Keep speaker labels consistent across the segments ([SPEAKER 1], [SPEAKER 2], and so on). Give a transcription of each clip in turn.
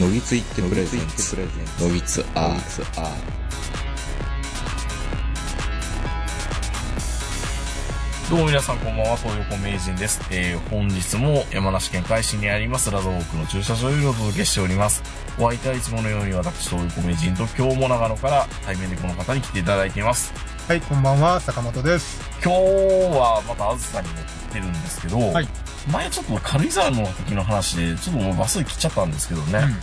[SPEAKER 1] のぎついってプレゼンツ。のぎつアーア
[SPEAKER 2] どうも皆さんこんばんは、東横名人です。えー、本日も山梨県海市にあります、ラドウォークの駐車場よりお届けしております。お相手はいつものように私、東横名人と今日も長野から対面でこの方に来ていただいています。
[SPEAKER 3] はい、こんばんは、坂本です。
[SPEAKER 2] 今日はまたあずさにも来てるんですけど、
[SPEAKER 3] はい
[SPEAKER 2] 前ちょっと軽井沢の時の話で、ちょっともうバス来ちゃったんですけどね、
[SPEAKER 3] うん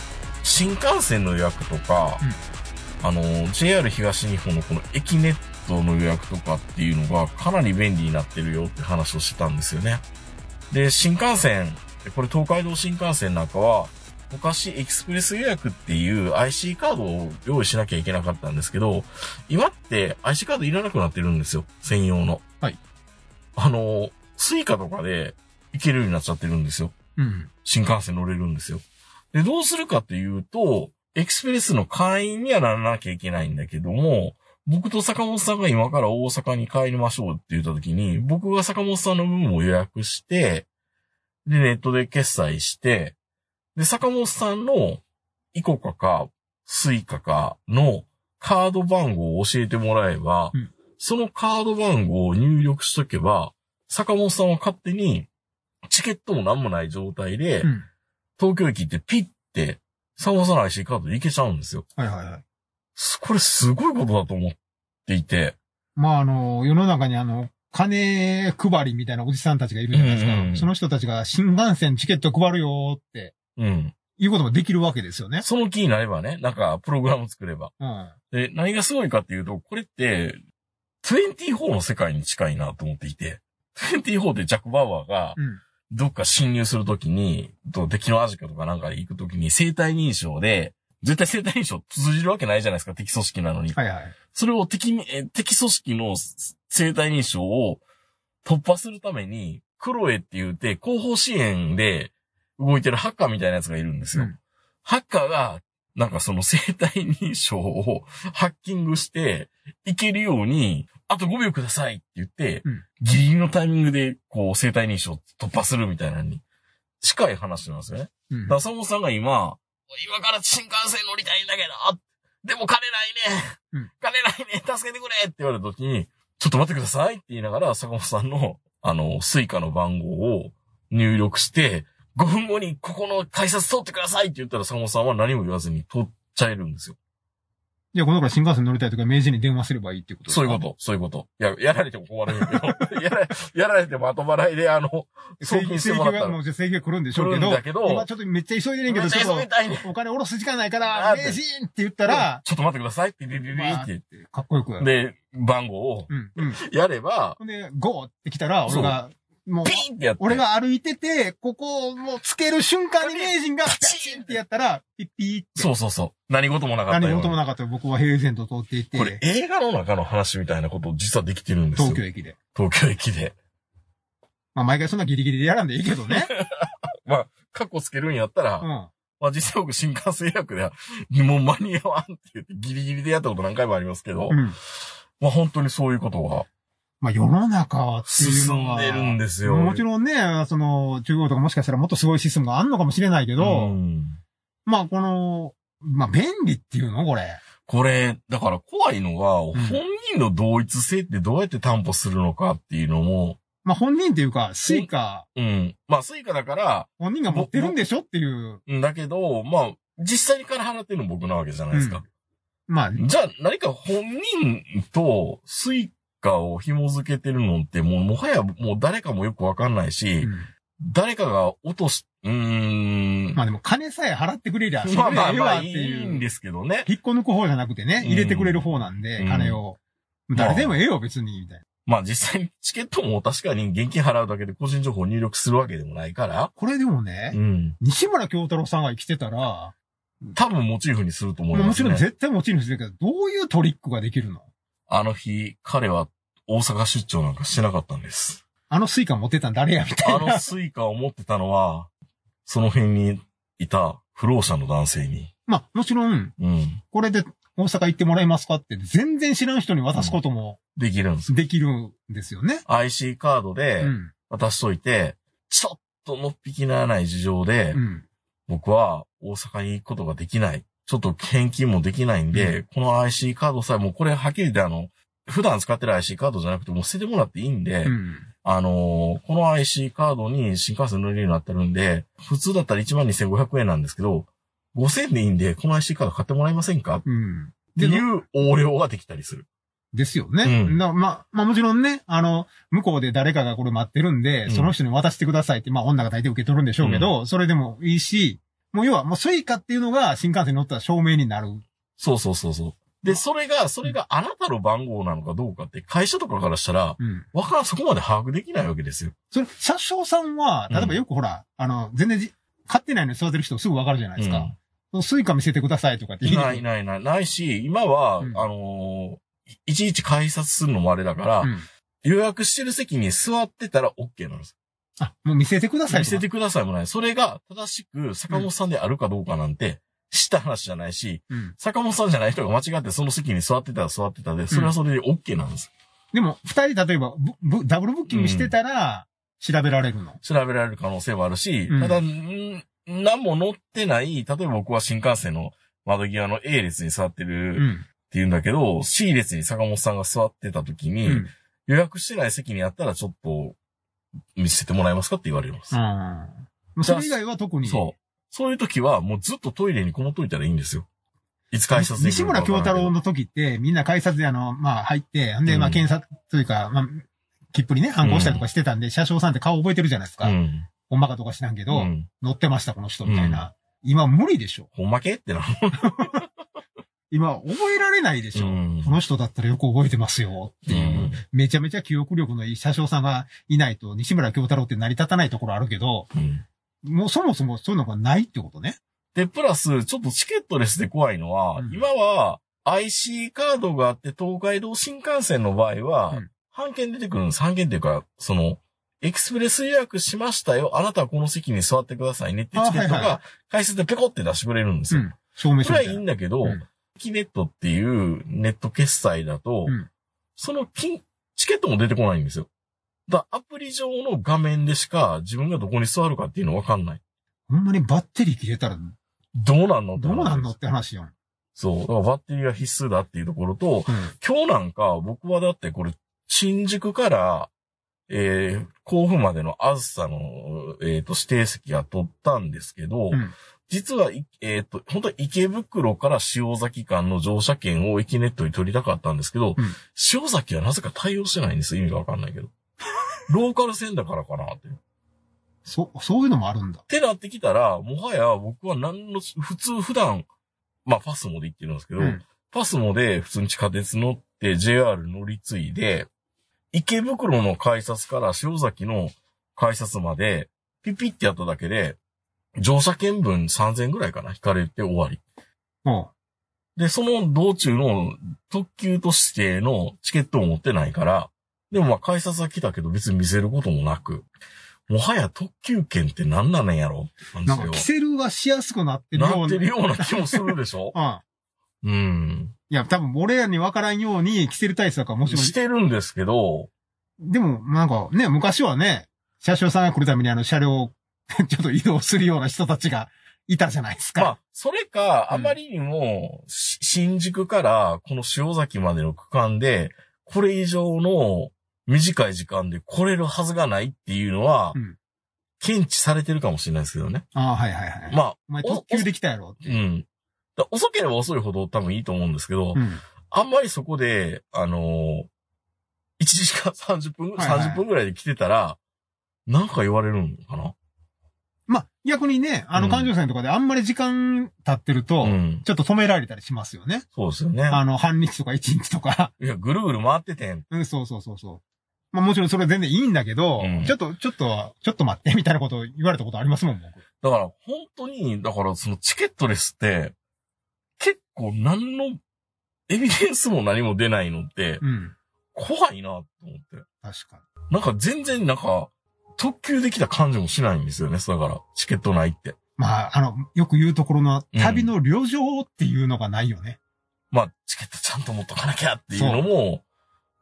[SPEAKER 2] 新幹線の予約とか、あの、JR 東日本のこの駅ネットの予約とかっていうのがかなり便利になってるよって話をしてたんですよね。で、新幹線、これ東海道新幹線なんかは、昔エキスプレス予約っていう IC カードを用意しなきゃいけなかったんですけど、今って IC カードいらなくなってるんですよ。専用の。
[SPEAKER 3] はい。
[SPEAKER 2] あの、スイカとかで行けるようになっちゃってるんですよ。
[SPEAKER 3] うん。
[SPEAKER 2] 新幹線乗れるんですよ。で、どうするかっていうと、エクスプレスの会員にはならなきゃいけないんだけども、僕と坂本さんが今から大阪に帰りましょうって言った時に、僕が坂本さんの分を予約して、で、ネットで決済して、で、坂本さんのイコカか、スイカかのカード番号を教えてもらえば、
[SPEAKER 3] うん
[SPEAKER 2] そのカード番号を入力しとけば、坂本さんは勝手にチケットも何もない状態で、
[SPEAKER 3] うん。
[SPEAKER 2] 東京駅行ってピッて、サモさんの IC カードで行けちゃうんですよ。
[SPEAKER 3] はいはいはい。
[SPEAKER 2] すこれすごいことだと思っていて。
[SPEAKER 3] まあ、あの、世の中にあの、金配りみたいなおじさんたちがいるじゃないですか。
[SPEAKER 2] うんうんうん
[SPEAKER 3] その人たちが新幹線チケット配るよーって、
[SPEAKER 2] うん。
[SPEAKER 3] いうこともできるわけですよね。
[SPEAKER 2] その気になればね、なんか、プログラム作れば。
[SPEAKER 3] うん。
[SPEAKER 2] で、何がすごいかっていうと、これって、24の世界に近いなと思っていて、24ってジャック・バウアーが、
[SPEAKER 3] うん。
[SPEAKER 2] どっか侵入するときに、と敵のアジカとかなんかで行くときに生体認証で、絶対生体認証通じるわけないじゃないですか、敵組織なのに。
[SPEAKER 3] はいはい。
[SPEAKER 2] それを敵に、えー敵組織の生体認証を突破するために、クロエって言って、後方支援で動いてるハッカーみたいなやつがいるんですよ。
[SPEAKER 3] うん
[SPEAKER 2] ハッカーが、なんかその生体認証を ハッキングして、いけるように、あと5秒くださいって言って、
[SPEAKER 3] うん
[SPEAKER 2] ギリギリのタイミングで、こう、生体認証を突破するみたいなのに、近い話なんですよね。
[SPEAKER 3] うん。
[SPEAKER 2] だサモさんが今、今から新幹線乗りたいんだけど、でも金ないね。
[SPEAKER 3] うん
[SPEAKER 2] 金ないね。助けてくれって言われた時に、ちょっと待ってくださいって言いながら、坂本さんの、あの、スイカの番号を入力して、5分後にここの改札通ってくださいって言ったら坂本さんは何も言わずに通っちゃえるんですよ。
[SPEAKER 3] じゃあ、このから新幹線乗りたいときは明治に電話すればいいっていうことです
[SPEAKER 2] そ
[SPEAKER 3] か
[SPEAKER 2] ういうこと、そういうこと。いや、やられても困るんやけ ど、やら、やられて後払いで、あの、送
[SPEAKER 3] 請求
[SPEAKER 2] 金し
[SPEAKER 3] 請
[SPEAKER 2] ても
[SPEAKER 3] 求
[SPEAKER 2] らった
[SPEAKER 3] が、
[SPEAKER 2] ら
[SPEAKER 3] もう。じゃあ請求が来るんでしょうけ
[SPEAKER 2] 来るん
[SPEAKER 3] ど、
[SPEAKER 2] だけど
[SPEAKER 3] 今ちょっとめっちゃ急いでねんけ
[SPEAKER 2] め
[SPEAKER 3] ど、
[SPEAKER 2] っ
[SPEAKER 3] ち
[SPEAKER 2] ちゃ
[SPEAKER 3] ょ
[SPEAKER 2] 急
[SPEAKER 3] っ
[SPEAKER 2] ぎたいね。
[SPEAKER 3] と、お金下ろす時間ないか
[SPEAKER 2] あ
[SPEAKER 3] ら、
[SPEAKER 2] ー
[SPEAKER 3] 明治って言ったら、
[SPEAKER 2] ちょっと待ってくださいってビビビビって。
[SPEAKER 3] かっこよく。
[SPEAKER 2] で、番号を
[SPEAKER 3] うん。うん。
[SPEAKER 2] やれば、
[SPEAKER 3] ほんで、ゴーって来たら、俺が、もう
[SPEAKER 2] ピ、ーンってやって。
[SPEAKER 3] 俺が歩いてて、ここをもうつける瞬間に名人がパチンってやったら、ピッピーって。
[SPEAKER 2] そうそうそう。何事もなかった
[SPEAKER 3] 何
[SPEAKER 2] よ。
[SPEAKER 3] 事もなかったよ僕は平然と通っていて、
[SPEAKER 2] これ映画の中の話みたいなことを実はできてるんですよ。
[SPEAKER 3] 東京駅で。
[SPEAKER 2] 東京駅で。
[SPEAKER 3] まあ毎回そんなギリギリでやらんでいいけどね。
[SPEAKER 2] 過去つけるんやったら、
[SPEAKER 3] うん。
[SPEAKER 2] まあ実際僕新幹線予約では、もう間に合わんって言ってギリギリでやったこと何回もありますけど、
[SPEAKER 3] うん。
[SPEAKER 2] まあ本当にそういうことが
[SPEAKER 3] まあ世の中はっていう
[SPEAKER 2] 進
[SPEAKER 3] の
[SPEAKER 2] ん
[SPEAKER 3] は。
[SPEAKER 2] でるんですよ。
[SPEAKER 3] もちろんね、その、中国とかもしかしたらもっとすごいシステムがあんのかもしれないけど、
[SPEAKER 2] うん
[SPEAKER 3] まあこの、まあ便利っていうのこれ。
[SPEAKER 2] これ、だから怖いのが、
[SPEAKER 3] ん
[SPEAKER 2] 本人の同一性ってどうやって担保するのかっていうのも、
[SPEAKER 3] まあ本人っていうか、スイカ、
[SPEAKER 2] うん。まあスイカだから、
[SPEAKER 3] 本人が持ってるんでしょっていう。
[SPEAKER 2] うんだけど、まあ、実際に金払ってるの僕なわけじゃないですか。
[SPEAKER 3] うんまあ、
[SPEAKER 2] じゃあ何か本人とスイカを紐付けてるのってもうもはやもう誰かもよくわかんないし、
[SPEAKER 3] うん
[SPEAKER 2] 誰かが落とし、うーん。
[SPEAKER 3] まあでも金さえ払ってくれりゃ、
[SPEAKER 2] まあまあ
[SPEAKER 3] それでええ
[SPEAKER 2] ま
[SPEAKER 3] わ
[SPEAKER 2] あ
[SPEAKER 3] って
[SPEAKER 2] い
[SPEAKER 3] い
[SPEAKER 2] い
[SPEAKER 3] う
[SPEAKER 2] んですけどね。
[SPEAKER 3] 引っこ抜く方じゃなくてね、入れてくれる方なん
[SPEAKER 2] う
[SPEAKER 3] で、
[SPEAKER 2] ん
[SPEAKER 3] 金を。
[SPEAKER 2] ん
[SPEAKER 3] 誰でもええよ、別に、みたいな。
[SPEAKER 2] まあ実際にチケットも確かに現金払うだけで個人情報を入力するわけでもないから、
[SPEAKER 3] これでもね
[SPEAKER 2] う、ん。
[SPEAKER 3] 西村京太郎さんが生きてたら、
[SPEAKER 2] 多分モチーフにすると思い
[SPEAKER 3] も
[SPEAKER 2] ま
[SPEAKER 3] ち
[SPEAKER 2] す
[SPEAKER 3] ろん
[SPEAKER 2] ね。
[SPEAKER 3] 絶対持ち主だけど、どういうトリックができるの
[SPEAKER 2] あの日、彼は大阪出張なんかしてなかったんです。
[SPEAKER 3] あのスイカ持ってたん誰や、みたい
[SPEAKER 2] あ
[SPEAKER 3] な。
[SPEAKER 2] のスイカを持ってたのは、その辺にいた不老者の男性に。
[SPEAKER 3] まあ、もちろん、
[SPEAKER 2] うん。
[SPEAKER 3] これで大阪行ってもらえますかって、全然知らん人に渡すことも
[SPEAKER 2] できるんですよ。
[SPEAKER 3] できるんですよね。
[SPEAKER 2] IC カード
[SPEAKER 3] う
[SPEAKER 2] で
[SPEAKER 3] ん。
[SPEAKER 2] 渡しといて、ちょっとのっぴきならない事情で
[SPEAKER 3] う、ん。
[SPEAKER 2] 僕は大阪に行くことができない。ちょっと献金もできないんで、この IC カードさえ、もうこれはっきり言ってあの、普段使ってる IC カードじゃなくてもう捨ててもらっていいんで、
[SPEAKER 3] うん。
[SPEAKER 2] あのーこの IC カードに新幹線乗れるようになってるんで、普通だったら12,500円なんですけど、5,000円でいいんで、この IC カード買ってもらえませんかっ
[SPEAKER 3] うん。
[SPEAKER 2] て
[SPEAKER 3] で
[SPEAKER 2] い
[SPEAKER 3] の
[SPEAKER 2] う横領ができたりする。
[SPEAKER 3] ですよね。
[SPEAKER 2] うん
[SPEAKER 3] なまあ、まあもちろんね、あの、向こうで誰かがこれ待ってるん
[SPEAKER 2] う
[SPEAKER 3] で、
[SPEAKER 2] ん
[SPEAKER 3] その人に渡してくださいって、まあ女が大体受け取るんでしょうけど、それでもいいし、もう要は、もうスイカっていうのが新幹線に乗ったら証明になる。
[SPEAKER 2] そうそうそうそう。で、それが、それがあなたの番号なのかどうかって、会社とかからしたら、
[SPEAKER 3] うん。
[SPEAKER 2] わからん、そこまで把握できないわけですよ。
[SPEAKER 3] それ、車掌さんは、
[SPEAKER 2] うん
[SPEAKER 3] 例えばよくほら、あの、全然じ、買ってないのに育てる人すぐわかるじゃないです
[SPEAKER 2] う
[SPEAKER 3] か
[SPEAKER 2] ん。
[SPEAKER 3] そのスイカ見せてくださいとかって
[SPEAKER 2] い
[SPEAKER 3] 言う
[SPEAKER 2] ないいないいない。ないし、今は、
[SPEAKER 3] うん
[SPEAKER 2] あのーいいちいち改札するのもあれだから、
[SPEAKER 3] うん
[SPEAKER 2] 予約してる席に座ってたら OK なんです。
[SPEAKER 3] あ、もう見せてください
[SPEAKER 2] 見
[SPEAKER 3] とか
[SPEAKER 2] せてくださいもない。それが正しく坂本さんであるかどうかなんて、知った話じゃないし、
[SPEAKER 3] うん。
[SPEAKER 2] 坂本さんじゃない人が間違ってその席に座ってたら座ってたで、それはそれで OK なんです。
[SPEAKER 3] でも、二人例えば、ぶぶダブルブッキングしてたら、調べられるの。
[SPEAKER 2] 調べられる可能性もあるし、
[SPEAKER 3] うん
[SPEAKER 2] ただ、ん何も乗ってない、例えば僕は新幹線の窓際の A 列に座って
[SPEAKER 3] う
[SPEAKER 2] るっ
[SPEAKER 3] ん。
[SPEAKER 2] ていうんだけど、C 列に坂本さんが座ってた時
[SPEAKER 3] う
[SPEAKER 2] に、
[SPEAKER 3] ん。
[SPEAKER 2] 予約してない席にあったらちょっと見せてもらえますかって言われます。
[SPEAKER 3] うん。それ以外は特に。
[SPEAKER 2] そう。そういう時はもうずっとトイレにこもっといたらいいんですよ。いつ改札に
[SPEAKER 3] 西村京太郎の時って、みんな改札であの、まあ入って、んで、ま
[SPEAKER 2] う
[SPEAKER 3] あ
[SPEAKER 2] ん
[SPEAKER 3] 検査というか、まあ、切符にね、反抗したりとかしてたんで、車掌さんって顔覚えてるじゃないです
[SPEAKER 2] う
[SPEAKER 3] か。
[SPEAKER 2] ん。
[SPEAKER 3] ほんまかとか知らんけ
[SPEAKER 2] う
[SPEAKER 3] ど、
[SPEAKER 2] ん。
[SPEAKER 3] 乗ってました、この人みたいな。今無理でしょ。
[SPEAKER 2] ほんまけってな。
[SPEAKER 3] 今覚えられないでしょ。
[SPEAKER 2] うん
[SPEAKER 3] この人だったらよく覚えてますよってい
[SPEAKER 2] う
[SPEAKER 3] う、
[SPEAKER 2] ん
[SPEAKER 3] めちゃめちゃ記憶力のいい車掌さんがいないと、西村京太郎って成り立たないところあるけど、
[SPEAKER 2] うん
[SPEAKER 3] もうそもそもそういうのがないってことね。
[SPEAKER 2] で、プラス、ちょっとチケットレスで怖いのは、
[SPEAKER 3] うん
[SPEAKER 2] 今は IC カードがあって東海道新幹線の場合は、
[SPEAKER 3] うん
[SPEAKER 2] 半券出てくるんです。半券っていうか、その、エクスプレス予約しましたよ。あなたはこの席に座ってくださいねってチケット
[SPEAKER 3] あはいはい
[SPEAKER 2] が、解説でペコって出してくれるんですよ。
[SPEAKER 3] ん。証明書
[SPEAKER 2] そ
[SPEAKER 3] み
[SPEAKER 2] れは
[SPEAKER 3] た
[SPEAKER 2] いい
[SPEAKER 3] ない
[SPEAKER 2] んだけど、
[SPEAKER 3] うん
[SPEAKER 2] キネットっていうネット決済だと、
[SPEAKER 3] うん
[SPEAKER 2] その金、チケットも出てこないんですよ。だからアプリ上の画面でしか自分がどこに座るかっていうのわかんない。
[SPEAKER 3] ほんまにバッテリー切れたら
[SPEAKER 2] どうなんのって
[SPEAKER 3] ど
[SPEAKER 2] 話
[SPEAKER 3] うなんのって話よ。
[SPEAKER 2] そう。だからバッテリーが必須だっていうところと、
[SPEAKER 3] うん。
[SPEAKER 2] 今日なんか僕はだってこれ、新宿から、えー、甲府までのあずさの、えっ、と、指定席が取ったんですけど、
[SPEAKER 3] うん
[SPEAKER 2] 実は、いえっ、と、本当は池袋から塩崎間の乗車券を駅ネットに取りたかったんですけど、
[SPEAKER 3] うん
[SPEAKER 2] 塩崎はなぜか対応してないんですよ。意味がわかんないけど。 ローカル線だからかなって。っ
[SPEAKER 3] そ、そういうのもあるんだ。
[SPEAKER 2] てなってきたら、もはや僕は何の、普通普段、まあ、パスモで行ってるんですけど、
[SPEAKER 3] うん
[SPEAKER 2] パスモで普通に地下鉄乗って JR 乗り継いで、池袋の改札から塩崎の改札までピピってやっただけで、乗車券分3000円ぐらいかな引かれて終わり。
[SPEAKER 3] おう
[SPEAKER 2] で、その道中の特急と指定のチケットを持ってないから、でもまあ改札は来たけど別に見せることもなく、もはや特急券って何なのやろって感じ
[SPEAKER 3] な
[SPEAKER 2] よ
[SPEAKER 3] んか、キセルはしやすくなってるような。
[SPEAKER 2] なってるような気もするでし ょ
[SPEAKER 3] うん。
[SPEAKER 2] うん。
[SPEAKER 3] いや、多分俺らに分からんように、キセル対策はもちろん
[SPEAKER 2] し、てるんですけど、
[SPEAKER 3] でも、なんかね、昔はね、車掌さんが来るためにあの車両 をちょっと移動するような人たちがいたじゃないですか。
[SPEAKER 2] まあ、それか、
[SPEAKER 3] うん
[SPEAKER 2] あまりにも、し新宿からこの塩崎までの区間で、これ以上の短い時間で来れるはずがないっていうのは
[SPEAKER 3] うん、
[SPEAKER 2] 検知されてるかもしれないですけどね。
[SPEAKER 3] ああ、はいはいはい。
[SPEAKER 2] まあ、
[SPEAKER 3] お前特急できたやろって。
[SPEAKER 2] うん。だ遅ければ遅いほど多分いいと思うんですけど、
[SPEAKER 3] うん。
[SPEAKER 2] あんまりそこで、あのー、1時間30分、
[SPEAKER 3] はいはい
[SPEAKER 2] 30分ぐらいで来てたら、なんか言われるのかな
[SPEAKER 3] まあ、逆にね、あ
[SPEAKER 2] う
[SPEAKER 3] の
[SPEAKER 2] ん
[SPEAKER 3] 環状線とかであんまり時間経ってると、
[SPEAKER 2] うん。
[SPEAKER 3] ちょっと止められたりしますよね。
[SPEAKER 2] そうですよね。
[SPEAKER 3] あの、半日とか一日とか。
[SPEAKER 2] いや、ぐるぐる回っててん。
[SPEAKER 3] うん、そうそうそうそう。まあもちろんそれは全然いいんだけど、
[SPEAKER 2] うん
[SPEAKER 3] ちょっと、ちょっと、ちょっと待って、みたいなこと言われたことありますもん、僕。
[SPEAKER 2] だから、本当に、だから、そのチケットレスって、結構何のエビデンスも何も出ないのって、
[SPEAKER 3] うん。
[SPEAKER 2] 怖いなと思って。
[SPEAKER 3] 確か
[SPEAKER 2] なんか全然、なんか、特急できた感じもしないんですよね。だから、チケットないって。
[SPEAKER 3] まあ、あの、よく言うところの、
[SPEAKER 2] うん
[SPEAKER 3] 旅の旅情っていうのがないよね。
[SPEAKER 2] まあ、チケットちゃんと持っとかなきゃっていうのも、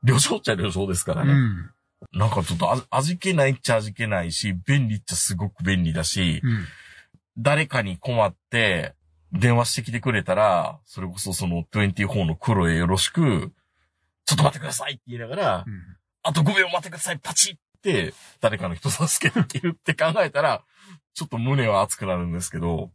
[SPEAKER 2] 旅情っちゃ旅情ですからね。
[SPEAKER 3] うん。
[SPEAKER 2] なんかちょっとあ味気ないっちゃ味気ないし、便利っちゃすごく便利だし、
[SPEAKER 3] うん。
[SPEAKER 2] 誰かに困って、電話してきてくれたら、それこそその24の黒へよろしく、ちょっと待ってくださいって言いながら、あと5秒待ってください、パチって、誰かの人助けるって言って考えたら、ちょっと胸は熱くなるんですけど、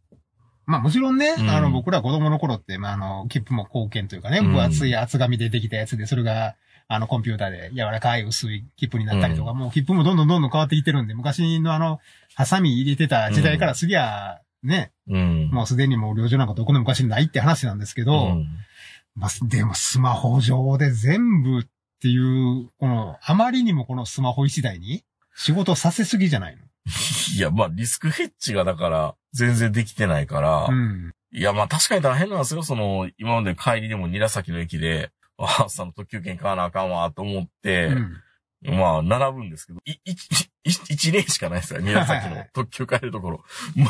[SPEAKER 3] まあもちろんね、
[SPEAKER 2] うん
[SPEAKER 3] あの僕ら子供の頃って、まああの、切符も貢献というかね、
[SPEAKER 2] うん
[SPEAKER 3] 分厚い厚紙でできたやつで、それが、あのコンピューターで柔らかい薄い切符になったりとか、もう切符もどんどんどんどん変わってきてるんで、昔のあの、ハサミ入れてた時代からすりゃ、ね、
[SPEAKER 2] うん。
[SPEAKER 3] もうすでにもう領事なんかどこでもおかしいないって話なんですけ
[SPEAKER 2] う
[SPEAKER 3] ど、
[SPEAKER 2] ん
[SPEAKER 3] まあ、でもスマホ上で全部っていう、この、あまりにもこのスマホ一台に仕事させすぎじゃないの
[SPEAKER 2] いや、まあ、リスクヘッジがだから、全然できてないから、
[SPEAKER 3] うん。
[SPEAKER 2] いや、まあ確かに大変なんですよ。その、今まで帰りでも韮崎の駅で、あ朝の特急券買わなあかんわ、と思って、
[SPEAKER 3] うん
[SPEAKER 2] まあ、並ぶんですけど、い、い、い、一例しかないですよ。韮崎の特急帰るところ。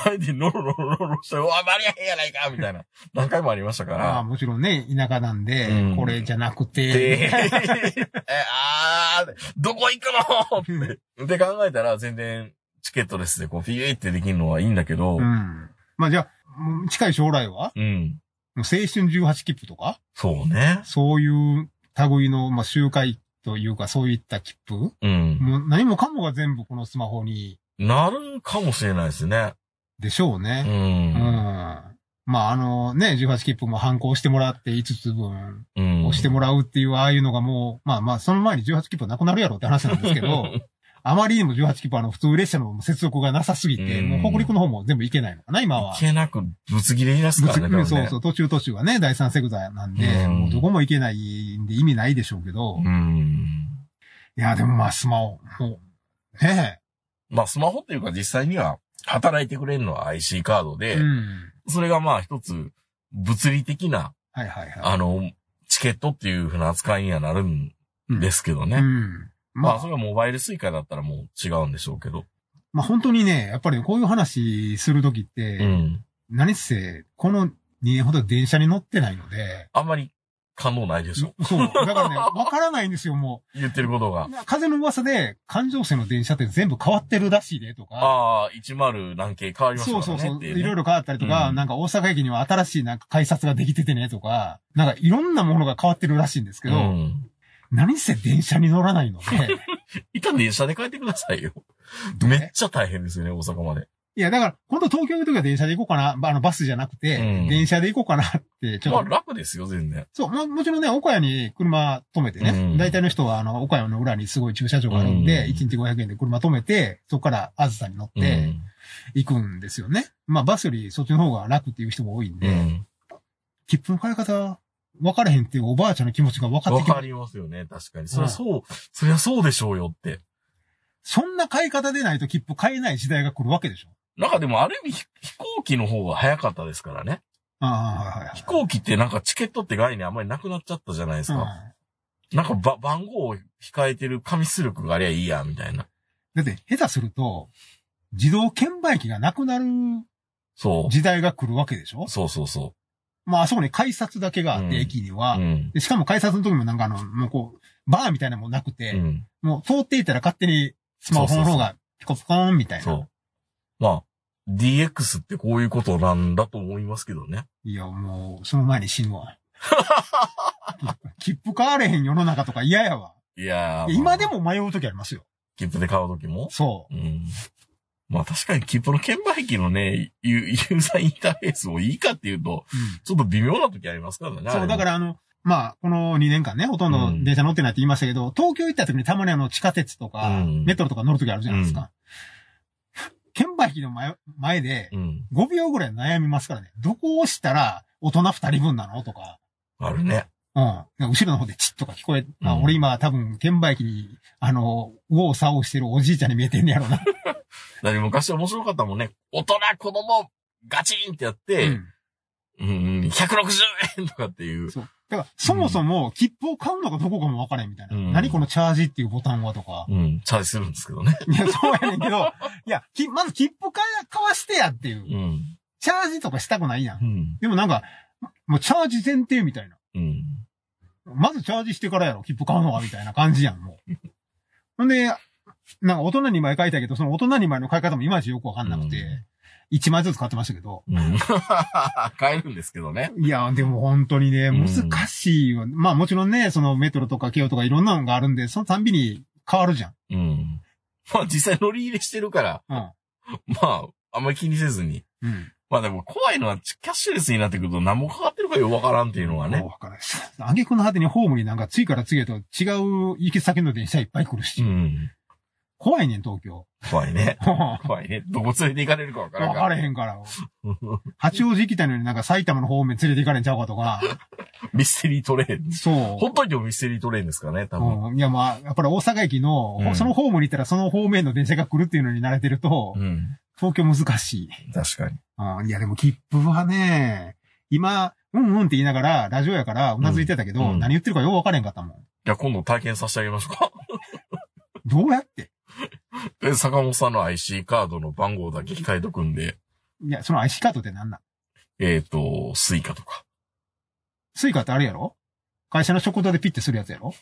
[SPEAKER 2] 前にノロノロノロして、うわ、間に合へんやないかみたいな。何回もありましたか
[SPEAKER 3] まあ
[SPEAKER 2] ら。
[SPEAKER 3] もちろんね、田舎なんで、
[SPEAKER 2] うん
[SPEAKER 3] これじゃなく
[SPEAKER 2] で、え
[SPEAKER 3] て、
[SPEAKER 2] あー、どこ行くのって。で、考えたら全然、チケットですね、こう、フィーってできるのはいいんだけど、
[SPEAKER 3] う
[SPEAKER 2] うん。
[SPEAKER 3] ん。まあじゃあ、もう近い将来は、もう青春18切符とか、
[SPEAKER 2] そうね。
[SPEAKER 3] そういう類の、まあ集会というか、そういった切符、
[SPEAKER 2] うん。
[SPEAKER 3] もう何もかもが全部このスマホに、
[SPEAKER 2] なるかもしれないですね。
[SPEAKER 3] でしょうね。
[SPEAKER 2] うん
[SPEAKER 3] うん。まああのね、18切符も反抗してもらって5つ分、
[SPEAKER 2] うん
[SPEAKER 3] 押してもらうっていう、ああいうのがもう、まあまあ、その前に18切符なくなるやろって話なんです けど、あまりにも18切符あの、普通列車の接続がなさすぎて、
[SPEAKER 2] うん
[SPEAKER 3] もう北陸の方も全部行けないのかな、今は。
[SPEAKER 2] いけなく、ぶつ切れになすからね。
[SPEAKER 3] そうそう
[SPEAKER 2] う。
[SPEAKER 3] 途中途中はね、第三セグザなんで、
[SPEAKER 2] うん
[SPEAKER 3] もうどこも行けないんで意味ないでしょうけど、
[SPEAKER 2] う
[SPEAKER 3] い
[SPEAKER 2] ん。
[SPEAKER 3] や、でもまあ、スマホ、もう、ね
[SPEAKER 2] まあ、スマホっていうか実際には、働いてくれるのは IC カード
[SPEAKER 3] え。
[SPEAKER 2] で、
[SPEAKER 3] うん。
[SPEAKER 2] それがまあ一つ、物理的な、
[SPEAKER 3] はいはいはい。
[SPEAKER 2] あの、チケットっていうふうな扱いにはなるんですけどね。
[SPEAKER 3] うん。ま
[SPEAKER 2] ま
[SPEAKER 3] あ
[SPEAKER 2] あ、それはモバイルスイカだったらもう違うんでしょうけど。
[SPEAKER 3] まあ本当にね、やっぱりこういう話するときって、
[SPEAKER 2] うん。
[SPEAKER 3] 何せ、この2年ほど電車に乗ってないので、
[SPEAKER 2] あんまり感動ないでしょ。
[SPEAKER 3] そう。だからね、わからないんですよ、も
[SPEAKER 2] 言ってること
[SPEAKER 3] う
[SPEAKER 2] が。。
[SPEAKER 3] 風の噂で、環状線の電車って全部変わってるらしいで、とか。
[SPEAKER 2] ああ、10何系変わりますか
[SPEAKER 3] そう
[SPEAKER 2] ら
[SPEAKER 3] そ
[SPEAKER 2] ね
[SPEAKER 3] うそ
[SPEAKER 2] っ
[SPEAKER 3] う。
[SPEAKER 2] てい
[SPEAKER 3] いう
[SPEAKER 2] ね。
[SPEAKER 3] ろいろ変わったりとか、
[SPEAKER 2] うん
[SPEAKER 3] なんか大阪駅には新しいなんか改札ができててね、とか、なんかいろんなものが変わってるらしいんですけど、
[SPEAKER 2] うん。
[SPEAKER 3] 何せ電車に乗らない ので、
[SPEAKER 2] 一旦電車で帰ってくださいよ。めっちゃ大変ですよね、大阪まで。
[SPEAKER 3] いや、だから、本当東京行くときは電車で行こうかな、まああのバスじゃなくて、
[SPEAKER 2] うん
[SPEAKER 3] 電車で行こうかなって、ちょっ
[SPEAKER 2] ま
[SPEAKER 3] と、
[SPEAKER 2] あ楽ですよ、全然。
[SPEAKER 3] そう、も、もちろんね、岡谷に車止めてね、
[SPEAKER 2] うん
[SPEAKER 3] 大体の人は、あの、岡谷の裏にすごい駐車場があるんで、
[SPEAKER 2] うん
[SPEAKER 3] 1日500円で車止めて、そこからあずさに乗って、
[SPEAKER 2] うん
[SPEAKER 3] 行くんですよね。まあ、バスよりそっちの方が楽っていう人も多いん
[SPEAKER 2] う
[SPEAKER 3] で、
[SPEAKER 2] ん。
[SPEAKER 3] 切符の買い方分からへんっていうおばあちゃんの気持ちが分かって
[SPEAKER 2] わ
[SPEAKER 3] きま
[SPEAKER 2] かりますよね、確かに。そりゃそう、そりゃそうでしょうよって。
[SPEAKER 3] そんな買い方でないと切符買えない時代が来るわけでしょ。
[SPEAKER 2] なんかでもある意味ひ飛行機の方が早かったですからね。
[SPEAKER 3] ああ、はいはい。
[SPEAKER 2] 飛行機ってなんかチケットって概念あんまりなくなっちゃったじゃないです
[SPEAKER 3] うん
[SPEAKER 2] か。なんかば番号を控えてる紙出力がありゃいいや、みたいな。
[SPEAKER 3] だって、下手すると、自動券売機がなくなる
[SPEAKER 2] そう。
[SPEAKER 3] 時代が来るわけでしょ
[SPEAKER 2] そうそうそ
[SPEAKER 3] まあ、あそこに改札だけがあって、
[SPEAKER 2] うん
[SPEAKER 3] 駅に
[SPEAKER 2] う。
[SPEAKER 3] は、
[SPEAKER 2] うん。
[SPEAKER 3] でしかも改札の時もなんかあの、もうこう、バーみたいなのもなくて、
[SPEAKER 2] うん。
[SPEAKER 3] もう通っていたら勝手にスマホの方がピコピコーンみたいな。
[SPEAKER 2] そう。まあ、DX ってこういうことなんだと思いますけどね。
[SPEAKER 3] いや、もう、その前に死ぬ わ。切符買われへん世の中とか嫌やわ。
[SPEAKER 2] いやー
[SPEAKER 3] 今で。も迷うときありますよ。
[SPEAKER 2] 切符で買うときも
[SPEAKER 3] そ
[SPEAKER 2] うんまあ確かに切符の券売機のね、ユユーザーインターフェースもいいかっていうと、
[SPEAKER 3] う。うん
[SPEAKER 2] ちょっと微妙な時ありますからね。。
[SPEAKER 3] そう、だかららあの、まあ、この2年間ね、ほとん
[SPEAKER 2] う
[SPEAKER 3] ど
[SPEAKER 2] ん
[SPEAKER 3] 電車乗ってないって言いましたけど、東京行った時にたまにあの、地下鉄とか、
[SPEAKER 2] うん
[SPEAKER 3] メトロとか乗るときあるじゃないですか。 券売機の前前で
[SPEAKER 2] う、ん。
[SPEAKER 3] 5秒ぐらい悩みますからね。どこを押したら大人2人分なのとか。
[SPEAKER 2] あるね。
[SPEAKER 3] うん。後ろの方でチッとか聞こえ、あ
[SPEAKER 2] うん
[SPEAKER 3] 俺今多分、券売機に、あの、右往左往してるおじいちゃんに見えてんねやろな。
[SPEAKER 2] だって昔面白かったもんね。大人、子供、ガチンってやって、
[SPEAKER 3] うん
[SPEAKER 2] うん、うん、160円とかっていう。
[SPEAKER 3] そう。だから、そもそも、切符を買うのかどこかも分からへんみたいな。
[SPEAKER 2] うん
[SPEAKER 3] 何このチャージっていうボタンはとか。
[SPEAKER 2] うん、チャージするんですけどね。
[SPEAKER 3] いや、そうやねんけど、いや、きまず切符買え買わしてやっていうう。
[SPEAKER 2] ん。
[SPEAKER 3] チャージとかしたくないや。
[SPEAKER 2] うんん。
[SPEAKER 3] でもなんか、もうチャージ前提みたいな。
[SPEAKER 2] うん。
[SPEAKER 3] まずチャージしてからやろ、切符買うのは、みたいな感じやん、もう。ほんで、なんか大人2枚書いたけど、その大人2枚の買い方もいまいちよくわかんなくて、 1枚ずつ買ってましたけど。
[SPEAKER 2] うん 買えるんですけどね。
[SPEAKER 3] いや、でも本当にね、
[SPEAKER 2] うん
[SPEAKER 3] 難しいよ。まあもちろんね、そのメトロとか京とかいろんなのがあるんで、そのたんびに変わるじゃん。
[SPEAKER 2] うん。まあ実際乗り入れしてるから、
[SPEAKER 3] うん。
[SPEAKER 2] まあ、あんまり気にせずに。
[SPEAKER 3] うん。
[SPEAKER 2] まあでも怖いのは、キャッシュレスになってくると何もかかってるかよくわからんっていうのはね
[SPEAKER 3] もう。わからんし。挙句の果てにホームになんか次から次へと違う行き先の電車いっぱい来るし。
[SPEAKER 2] うん。
[SPEAKER 3] 怖いねん、東 京。
[SPEAKER 2] 怖いね。
[SPEAKER 3] わ
[SPEAKER 2] 怖いね。どこ連れて行かれるかわからん
[SPEAKER 3] かれへ
[SPEAKER 2] ん。
[SPEAKER 3] ん から。八王子行きたいのになんか埼玉の方面連れて行かれんちゃうかとか。
[SPEAKER 2] ミステリートレイン。
[SPEAKER 3] そう。
[SPEAKER 2] ほっといてもミステリートレインですからね、多分。
[SPEAKER 3] うん、いや、まあ、やっぱり大阪駅の、
[SPEAKER 2] うん
[SPEAKER 3] そのホームに行ったらその方面の電車が来るっていうのに慣れてると、
[SPEAKER 2] うん。
[SPEAKER 3] 東京難しい。
[SPEAKER 2] 確かに。
[SPEAKER 3] うん、いや、でも切符はね、今、うんうんって言いながら、ラジオやから、うなずいてたけど、
[SPEAKER 2] うん
[SPEAKER 3] 何言ってるかよう分からへんかったもん。
[SPEAKER 2] じゃあ今度体験させてあげましょうか。
[SPEAKER 3] どうやって
[SPEAKER 2] で、坂本さんの IC カードの番号だけ控えとくんで、
[SPEAKER 3] いや、その IC カードって何なん
[SPEAKER 2] えっ、と、スイカとか。
[SPEAKER 3] スイカってあれやろ会社の食堂でピッてするやつやろ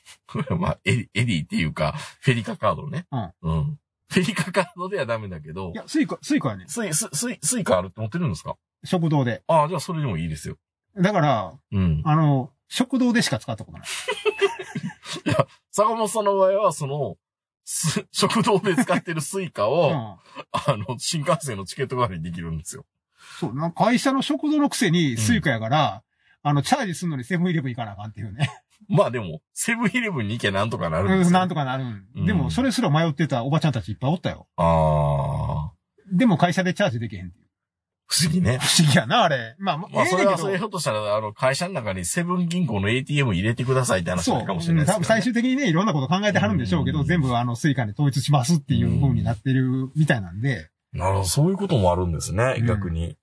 [SPEAKER 2] まあ、エリエリーっていうか、フェリカカードね。うん。フェリカカードではダメだけど
[SPEAKER 3] い、や、スイカ、スイカやねん。
[SPEAKER 2] スイ、スイ、スイスイカあるって持ってるんですか
[SPEAKER 3] 食堂で。
[SPEAKER 2] ああ、じゃあそれでもいいですよ。
[SPEAKER 3] だから、
[SPEAKER 2] うん。
[SPEAKER 3] あの、食堂でしか使ったことない。
[SPEAKER 2] 坂本さんの場合は、その、す食堂で使ってるスイカを、
[SPEAKER 3] うん。
[SPEAKER 2] あの、新幹線のチケット代わりにできるんですよ。
[SPEAKER 3] そう、なんか会社の食堂のくせにスイカやから、あの、チャージするのにセブンイレブン行かなあかんっていうね。
[SPEAKER 2] まあでも、セブンイレブンに行けなんとかなるんですよ。
[SPEAKER 3] うん、なんとかなるん。
[SPEAKER 2] うん
[SPEAKER 3] でも、それすら迷ってたおばちゃんたちいっぱいおったよ。
[SPEAKER 2] ああ、
[SPEAKER 3] でも会社でチャージできへんっていう。
[SPEAKER 2] 不思議ね。
[SPEAKER 3] 不思議やな、あれ。まあ、ま
[SPEAKER 2] ま
[SPEAKER 3] あ、
[SPEAKER 2] あ、
[SPEAKER 3] え
[SPEAKER 2] そ
[SPEAKER 3] え
[SPEAKER 2] れ
[SPEAKER 3] ねん
[SPEAKER 2] は、
[SPEAKER 3] け
[SPEAKER 2] それ
[SPEAKER 3] ど。
[SPEAKER 2] ひょっとしたら、あの、会社の中にセブン銀行の ATM 入れてくださいって話に
[SPEAKER 3] そ
[SPEAKER 2] な
[SPEAKER 3] う。
[SPEAKER 2] る
[SPEAKER 3] 多
[SPEAKER 2] かもしれないですけど、
[SPEAKER 3] 分最終的にね、いろんなこと考えてはるんでしょうけ
[SPEAKER 2] う
[SPEAKER 3] ど、
[SPEAKER 2] ん
[SPEAKER 3] 全部あの、スイカに統一しますっていう風になってるみたいなんで、
[SPEAKER 2] なるほど、そういうこともあるんですね、
[SPEAKER 3] うん
[SPEAKER 2] 逆に。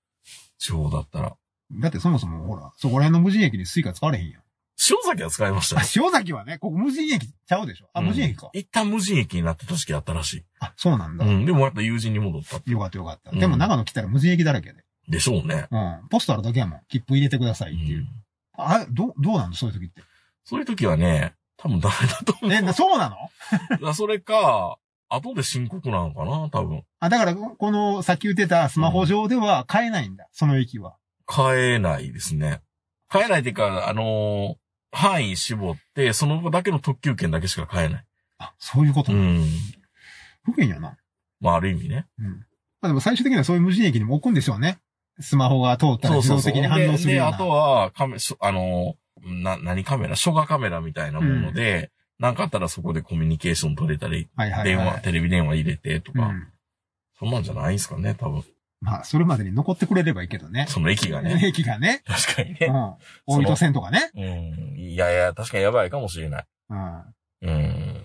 [SPEAKER 2] 地方だったら。
[SPEAKER 3] だってそもそもほら、そこら辺の無人駅にスイカ使われへんやん。
[SPEAKER 2] 塩崎は使いました
[SPEAKER 3] あ
[SPEAKER 2] よ、
[SPEAKER 3] 塩崎はね、ここ無人駅ちゃうでしょ。あ、
[SPEAKER 2] うん
[SPEAKER 3] 無人駅か。
[SPEAKER 2] 一旦無人駅になってた時期あったらしい。
[SPEAKER 3] あ、そうなんだ
[SPEAKER 2] う。ん。でもやっぱ友人に戻った。
[SPEAKER 3] よかったよかった。
[SPEAKER 2] うん
[SPEAKER 3] でも長野来たら無人駅だらけで。
[SPEAKER 2] でしょうね。。
[SPEAKER 3] うん。ポストあるだけやもん。切符入れてくださいっていううんあ、ど、どうなのそういう時って。
[SPEAKER 2] そういう時はね、多分ダメだと思う
[SPEAKER 3] え、なそうなの
[SPEAKER 2] だから。それか、後で申告なのかな多分。
[SPEAKER 3] あ、だから、この、さっき言ってたスマホ上では買えないんだ。その駅は。
[SPEAKER 2] 買えないですね。買えないっていうか、あのー範囲絞って、そのだけの特急券だけしか買えない。
[SPEAKER 3] あ、そういうこと
[SPEAKER 2] う
[SPEAKER 3] なの。
[SPEAKER 2] ん。
[SPEAKER 3] 不便やな。
[SPEAKER 2] まあ、ある意味ね。
[SPEAKER 3] うん。まあでも最終的にはそういう無人駅にも置くんでしょうね。スマホが通った
[SPEAKER 2] そう
[SPEAKER 3] ら自
[SPEAKER 2] そう
[SPEAKER 3] 動
[SPEAKER 2] そう。
[SPEAKER 3] 的に反応する
[SPEAKER 2] で
[SPEAKER 3] よ
[SPEAKER 2] で、あ
[SPEAKER 3] うな。
[SPEAKER 2] とは、カメ、しょあのー、な、何カメラ初画カメラみたいなもので、なんかあったらそこでコミュニケーション取れたり、
[SPEAKER 3] はいはい
[SPEAKER 2] 電
[SPEAKER 3] はい。
[SPEAKER 2] 話、テレビ電話入れてと
[SPEAKER 3] う
[SPEAKER 2] か、
[SPEAKER 3] ん。
[SPEAKER 2] そんなんじゃないんすかね、多分。
[SPEAKER 3] まあ、それまでに残ってくれればいいけどね。
[SPEAKER 2] その駅がね。
[SPEAKER 3] 駅がね。
[SPEAKER 2] 確かに
[SPEAKER 3] う
[SPEAKER 2] ね。
[SPEAKER 3] ん。大糸線とかね。
[SPEAKER 2] うん。いやいや、確かにやばいかもしれない。
[SPEAKER 3] うん。
[SPEAKER 2] うん。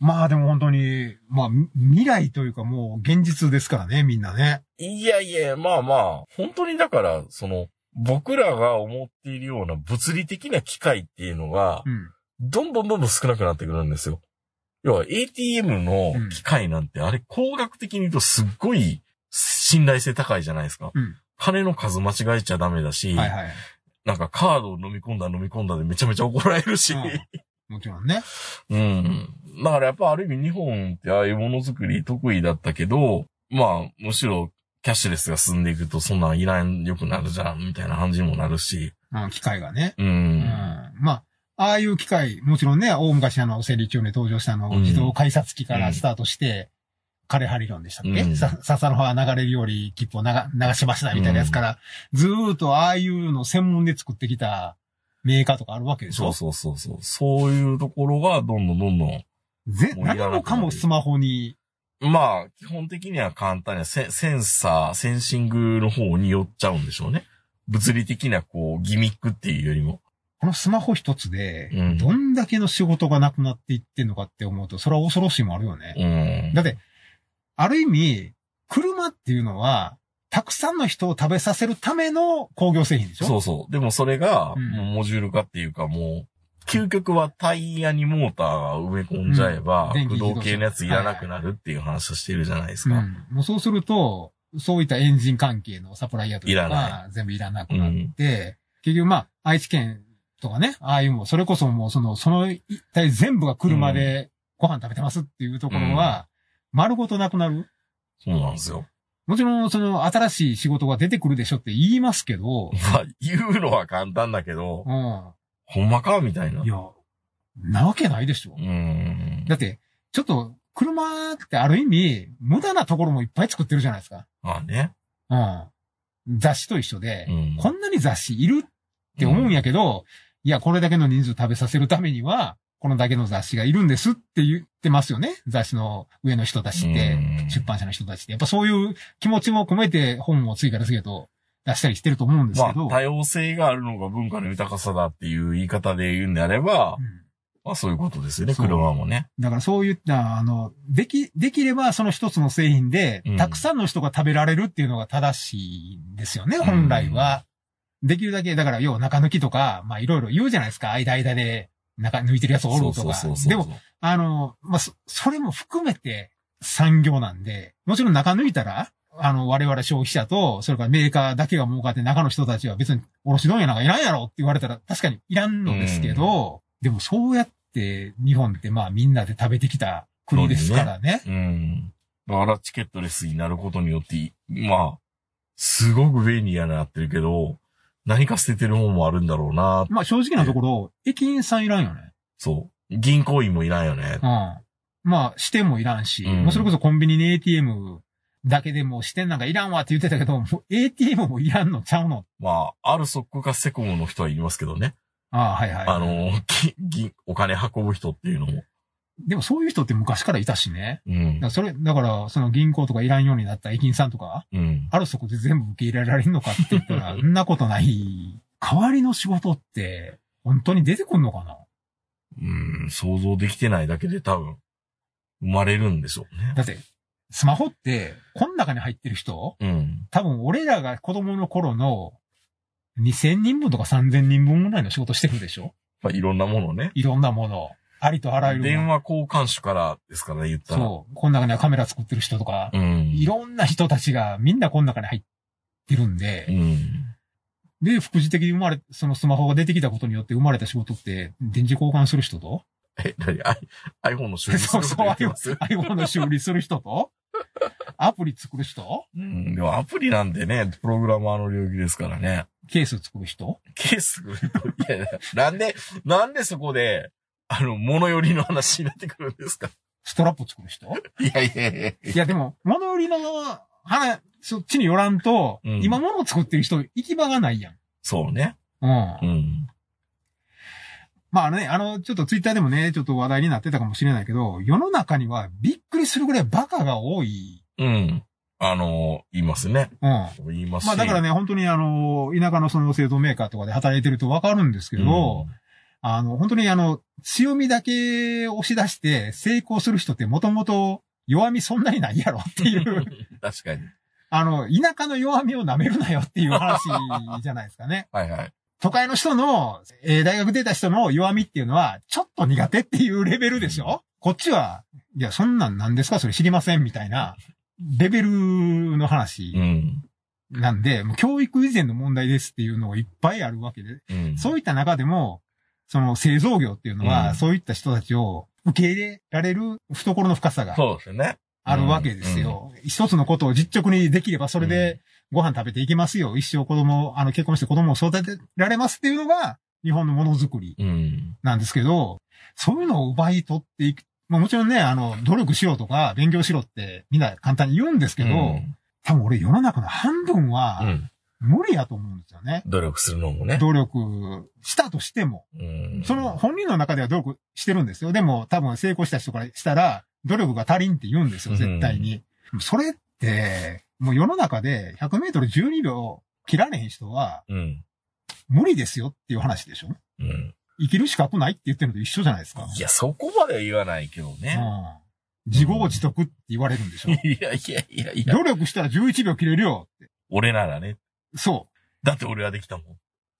[SPEAKER 3] まあでも本当に、まあ、み未来というかもう現実ですからね、みんなね。
[SPEAKER 2] いやいや、まあまあ、本当にだから、その、僕らが思っているような物理的な機械っていうのが
[SPEAKER 3] う、ん。
[SPEAKER 2] どんどんどんどん少なくなってくるんですよ。要は ATM の機械なんて、あれ工学的に言うとすっごい信頼性高いじゃないですか。
[SPEAKER 3] うん
[SPEAKER 2] 金の数間違えちゃダメだし、
[SPEAKER 3] はいはい。
[SPEAKER 2] なんかカードを飲み込んだ飲み込んだでめちゃめちゃ怒られるし、
[SPEAKER 3] うんもちろんね。
[SPEAKER 2] うん。だからやっぱある意味日本ってああいうものづくり得意だったけど、まあ、むしろキャッシュレスが進んでいくとそんなんいらん良くなるじゃん、みたいな感じにもなるし。
[SPEAKER 3] うん、機械がね。
[SPEAKER 2] う。
[SPEAKER 3] うんまあ、ああいう機械、もちろんね、大昔あの、生理中に登場したあの、
[SPEAKER 2] うん
[SPEAKER 3] 自動改札機からスタートして、枯葉理論でしたっけ、
[SPEAKER 2] うん
[SPEAKER 3] さ、笹の葉が流れるより切符を流流しましたみたいなやつから、ずーっとああいうの専門で作ってきたメーカーとかあるわけでし
[SPEAKER 2] そ
[SPEAKER 3] ょ
[SPEAKER 2] うそうそうそう。そういうところがどんどんどんどん、
[SPEAKER 3] ぜ
[SPEAKER 2] もういらなくなる
[SPEAKER 3] 何もかもスマホに、
[SPEAKER 2] まあ、基本的には簡単にはセセンサー、センシングの方に寄っちゃうんでしょうね。物理的なこう、ギミックっていうよりも。
[SPEAKER 3] このスマホ一つで
[SPEAKER 2] うん、
[SPEAKER 3] どんだけの仕事がなくなっていってんのかって思うと、それは恐ろしいもあるよね。
[SPEAKER 2] うん。
[SPEAKER 3] だって、ある意味、車っていうのは、たくさんの人を食べさせるための工業製品でしょ
[SPEAKER 2] そうそう。でもそれが、
[SPEAKER 3] うん
[SPEAKER 2] もうモジュール化っていうかもう、究極はタイヤにモーターが埋め込んじゃえば、
[SPEAKER 3] うん電
[SPEAKER 2] 駆
[SPEAKER 3] 気自動車
[SPEAKER 2] 動系のやついらなくなるっていう話をしてるじゃないです
[SPEAKER 3] う
[SPEAKER 2] か。
[SPEAKER 3] ん。もうそうすると、そういったエンジン関係のサプライヤーと
[SPEAKER 2] いら
[SPEAKER 3] か
[SPEAKER 2] な
[SPEAKER 3] が全部いらなくなって、結局まあ、愛知県とかね、ああいうもう、それこそもうその、その一体全部が車でご飯食べてますっていうところは、丸ごとなくなる。
[SPEAKER 2] そうなんですよ。
[SPEAKER 3] もちろん、その、新しい仕事が出てくるでしょって言いますけど、
[SPEAKER 2] まあ、言うのは簡単だけど、
[SPEAKER 3] うん。
[SPEAKER 2] ほんまかみたいな。
[SPEAKER 3] いや、なわけないでしょ
[SPEAKER 2] う。ん。
[SPEAKER 3] だって、ちょっと、車ってある意味、無駄なところもいっぱい作ってるじゃないですか。
[SPEAKER 2] まあね。
[SPEAKER 3] うん。雑誌と一緒で、
[SPEAKER 2] うん。
[SPEAKER 3] こんなに雑誌いるって思うんやけど、いや、これだけの人数食べさせるためには、このだけの雑誌がいるんですって言ってますよね。雑誌の上の人たちって、
[SPEAKER 2] うん
[SPEAKER 3] 出版社の人たちって。やっぱそういう気持ちも込めて本を次から次へと出したりしてると思うんです
[SPEAKER 2] ま
[SPEAKER 3] け
[SPEAKER 2] あ、
[SPEAKER 3] ど。
[SPEAKER 2] 多様性があるのが文化の豊かさだっていう言い方で言うんであれば、
[SPEAKER 3] うん
[SPEAKER 2] まあそういうことですよね、
[SPEAKER 3] そう
[SPEAKER 2] 車もね。
[SPEAKER 3] だからそういった、あの、でき、できればその一つの製品で
[SPEAKER 2] うん、
[SPEAKER 3] たくさんの人が食べられるっていうのが正しいんですよね、
[SPEAKER 2] うん
[SPEAKER 3] 本来は。できるだけ、だから要は中抜きとか、まあいろいろ言うじゃないですか、間間で中抜いてるやつおるとか。でも、、あの、まあそ、それも含めて産業なんで、もちろん中抜いたら、あの、我々消費者と、それからメーカーだけが儲かって中の人たちは別に卸問屋なんかいらんやろって言われたら確かにいらんのですけど、でもそうやって日本ってまあみんなで食べてきた国ですからね。
[SPEAKER 2] うん。だからチケットレスになることによって、まあ、すごく便利やなってるけど、何か捨ててるもんもあるんだろうな。
[SPEAKER 3] まあ正直なところ、駅員さんいらんよね。
[SPEAKER 2] そう。銀行員もいらんよね
[SPEAKER 3] う。ん。まあ支店もいらんし、
[SPEAKER 2] うん
[SPEAKER 3] もうそれこそコンビニに ATM だけでもう支店なんかいらんわって言ってたけど、もう ATM もいらんのちゃうの。
[SPEAKER 2] まあ、あるソックかセコムの人はいますけどね。
[SPEAKER 3] ああ、はいはい。
[SPEAKER 2] あの、き銀、お金運ぶ人っていうのも。
[SPEAKER 3] でもそういう人って昔からいたしね。
[SPEAKER 2] うん
[SPEAKER 3] だか。らそれ、だから、その銀行とかいらんようになった駅員さんとか、
[SPEAKER 2] うん。
[SPEAKER 3] あるそこで全部受け入れられるのかって言った ら、そんなことない。代わりの仕事って、本当に出てくんのかな
[SPEAKER 2] うん。想像できてないだけで多分、生まれるんでしょうね。
[SPEAKER 3] だって、スマホって、こん中に入ってる人
[SPEAKER 2] うん。
[SPEAKER 3] 多分俺らが子供の頃の、2000人分とか3000人分ぐらいの仕事してるでしょ
[SPEAKER 2] まあ、いろんなものね。
[SPEAKER 3] いろんなもの。ありとあらゆるも
[SPEAKER 2] 電
[SPEAKER 3] の。
[SPEAKER 2] 話交換手からですからね、言ったら。
[SPEAKER 3] そう。こん中にはカメラ作ってる人とか、
[SPEAKER 2] うん。
[SPEAKER 3] いろんな人たちがみんなこん中に入ってるんで、
[SPEAKER 2] うん。
[SPEAKER 3] で、副次的に生まれ、そのスマホが出てきたことによって生まれた仕事って、電池交換する人と
[SPEAKER 2] え、なに、アイ iPhone の修理す
[SPEAKER 3] そ
[SPEAKER 2] る
[SPEAKER 3] う
[SPEAKER 2] こ
[SPEAKER 3] そ
[SPEAKER 2] と
[SPEAKER 3] う、
[SPEAKER 2] 言ってます
[SPEAKER 3] iPhone の修理する人と アプリ作る人
[SPEAKER 2] うん、でもアプリなんでね、プログラマーの領域ですからね。
[SPEAKER 3] ケース作る人
[SPEAKER 2] ケース、いやいや、なんで、なんでそこで、あの、物寄りの話になってくるんですか
[SPEAKER 3] ストラップ作る人
[SPEAKER 2] いやいやいや。
[SPEAKER 3] いや、でも、物売りの話、そっちによらんと、
[SPEAKER 2] うん
[SPEAKER 3] 今物を作ってる人、行き場がないやん。
[SPEAKER 2] そうね。
[SPEAKER 3] うん。
[SPEAKER 2] うん。
[SPEAKER 3] まあね、あの、ちょっとツイッターでもね、ちょっと話題になってたかもしれないけど、世の中にはびっくりするぐらいバカが多い。
[SPEAKER 2] うん。あの、言いますね。
[SPEAKER 3] うん。
[SPEAKER 2] 言いますし
[SPEAKER 3] まあだからね、本当にあの、田舎のその製造メーカーとかで働いてるとわかるんですけ
[SPEAKER 2] う
[SPEAKER 3] ど、
[SPEAKER 2] ん
[SPEAKER 3] あの、本当にあの、強みだけ押し出して成功する人ってもともと弱みそんなにないやろっていう、
[SPEAKER 2] 確かに。
[SPEAKER 3] あの、田舎の弱みを舐めるなよっていう話じゃないですかね。
[SPEAKER 2] はいはい。
[SPEAKER 3] 都会の人の、えー大学出た人の弱みっていうのは、ちょっと苦手っていうレベルでしょこっちは、いや、そんなんなんですかそれ知りませんみたいな、レベルの
[SPEAKER 2] う
[SPEAKER 3] 話
[SPEAKER 2] ん。
[SPEAKER 3] なんで、もう教育以前の問題ですっていうのがいっぱいあるわけで、
[SPEAKER 2] うん。
[SPEAKER 3] そういった中でも、その製造業っていうのは、
[SPEAKER 2] うん
[SPEAKER 3] そういった人たちを受け入れられる懐の深さが
[SPEAKER 2] そうですよね。
[SPEAKER 3] あるわけですよ。一つのことを実直にできれば、それでご飯食べていけますよ。一生子供、あの、結婚して子供を育てられますっていうのが、日本のものづくり
[SPEAKER 2] うん。
[SPEAKER 3] なんですけど、そういうのを奪い取っていく。まあもちろんね、あの、努力しろとか、勉強しろってみんな簡単に言うんですけど、
[SPEAKER 2] うん
[SPEAKER 3] 多分俺世の中の半分
[SPEAKER 2] う
[SPEAKER 3] は
[SPEAKER 2] ん。
[SPEAKER 3] 無理やと思うんですよね。
[SPEAKER 2] 努力するのもね。
[SPEAKER 3] 努力したとしても。
[SPEAKER 2] うん
[SPEAKER 3] その、本人の中では努力してるんですよ。でも多分成功した人からしたら、努力が足りんって言うんですよ、絶対に。それって、もう世の中で100メートル12秒切られへん人は
[SPEAKER 2] うん。
[SPEAKER 3] 無理ですよっていう話でしょ
[SPEAKER 2] うん。
[SPEAKER 3] 生きる資格ないって言ってるのと一緒じゃないですか。
[SPEAKER 2] いや、そこまでは言わないけどね。
[SPEAKER 3] うん、自業自得って言われるんでし ょ
[SPEAKER 2] いやいやいやいや。
[SPEAKER 3] 努力したら11秒切れるよって。
[SPEAKER 2] 俺ならね。
[SPEAKER 3] そう。
[SPEAKER 2] だって俺はできたもん。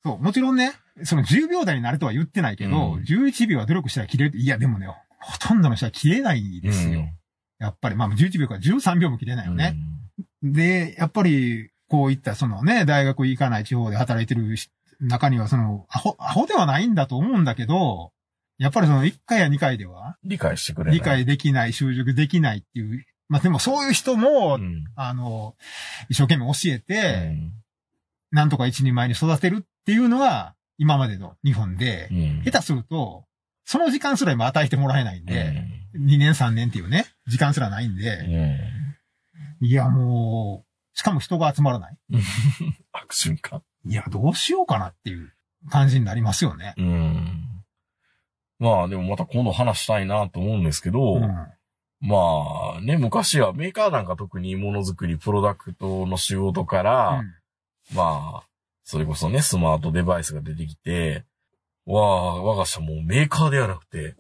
[SPEAKER 3] そう。もちろんね、その10秒台になるとは言ってないけど、
[SPEAKER 2] うん
[SPEAKER 3] 11秒は努力したら切れる。いや、でもね、ほとんどの人は切れないですよ。やっぱり、まあ、11秒から13秒も切れない
[SPEAKER 2] うん。
[SPEAKER 3] よね。で、やっぱり、こういった、そのね、大学行かない地方で働いてるし中には、その、アホ、アホではないんだと思うんだけど、やっぱりその1回や2回では、
[SPEAKER 2] 理解してくれない。
[SPEAKER 3] 理解できない、習熟できないっていうまあでもそういう人も、
[SPEAKER 2] うん。
[SPEAKER 3] あの、一生懸命教え
[SPEAKER 2] う
[SPEAKER 3] て、
[SPEAKER 2] ん
[SPEAKER 3] なんとか一人前に育てるっていうのが、今までの日本で
[SPEAKER 2] う、ん。
[SPEAKER 3] 下手すると、その時間すら今与えてもらえないんで、
[SPEAKER 2] うん
[SPEAKER 3] 2年3年っていうね、時間すらないんで、
[SPEAKER 2] うん。
[SPEAKER 3] いやもう、しかも人が集まらない。
[SPEAKER 2] アクションか。
[SPEAKER 3] いや、どうしようかなっていう感じになりますよね。
[SPEAKER 2] うん。まあでもまた今度話したいなと思うんですけど、
[SPEAKER 3] うん。
[SPEAKER 2] まあね、昔はメーカーなんか特にものづくり、プロダクトの仕事から、
[SPEAKER 3] うん
[SPEAKER 2] まあ、それこそね、スマートデバイスが出てきて、わあ、我が社もメーカーではなくて、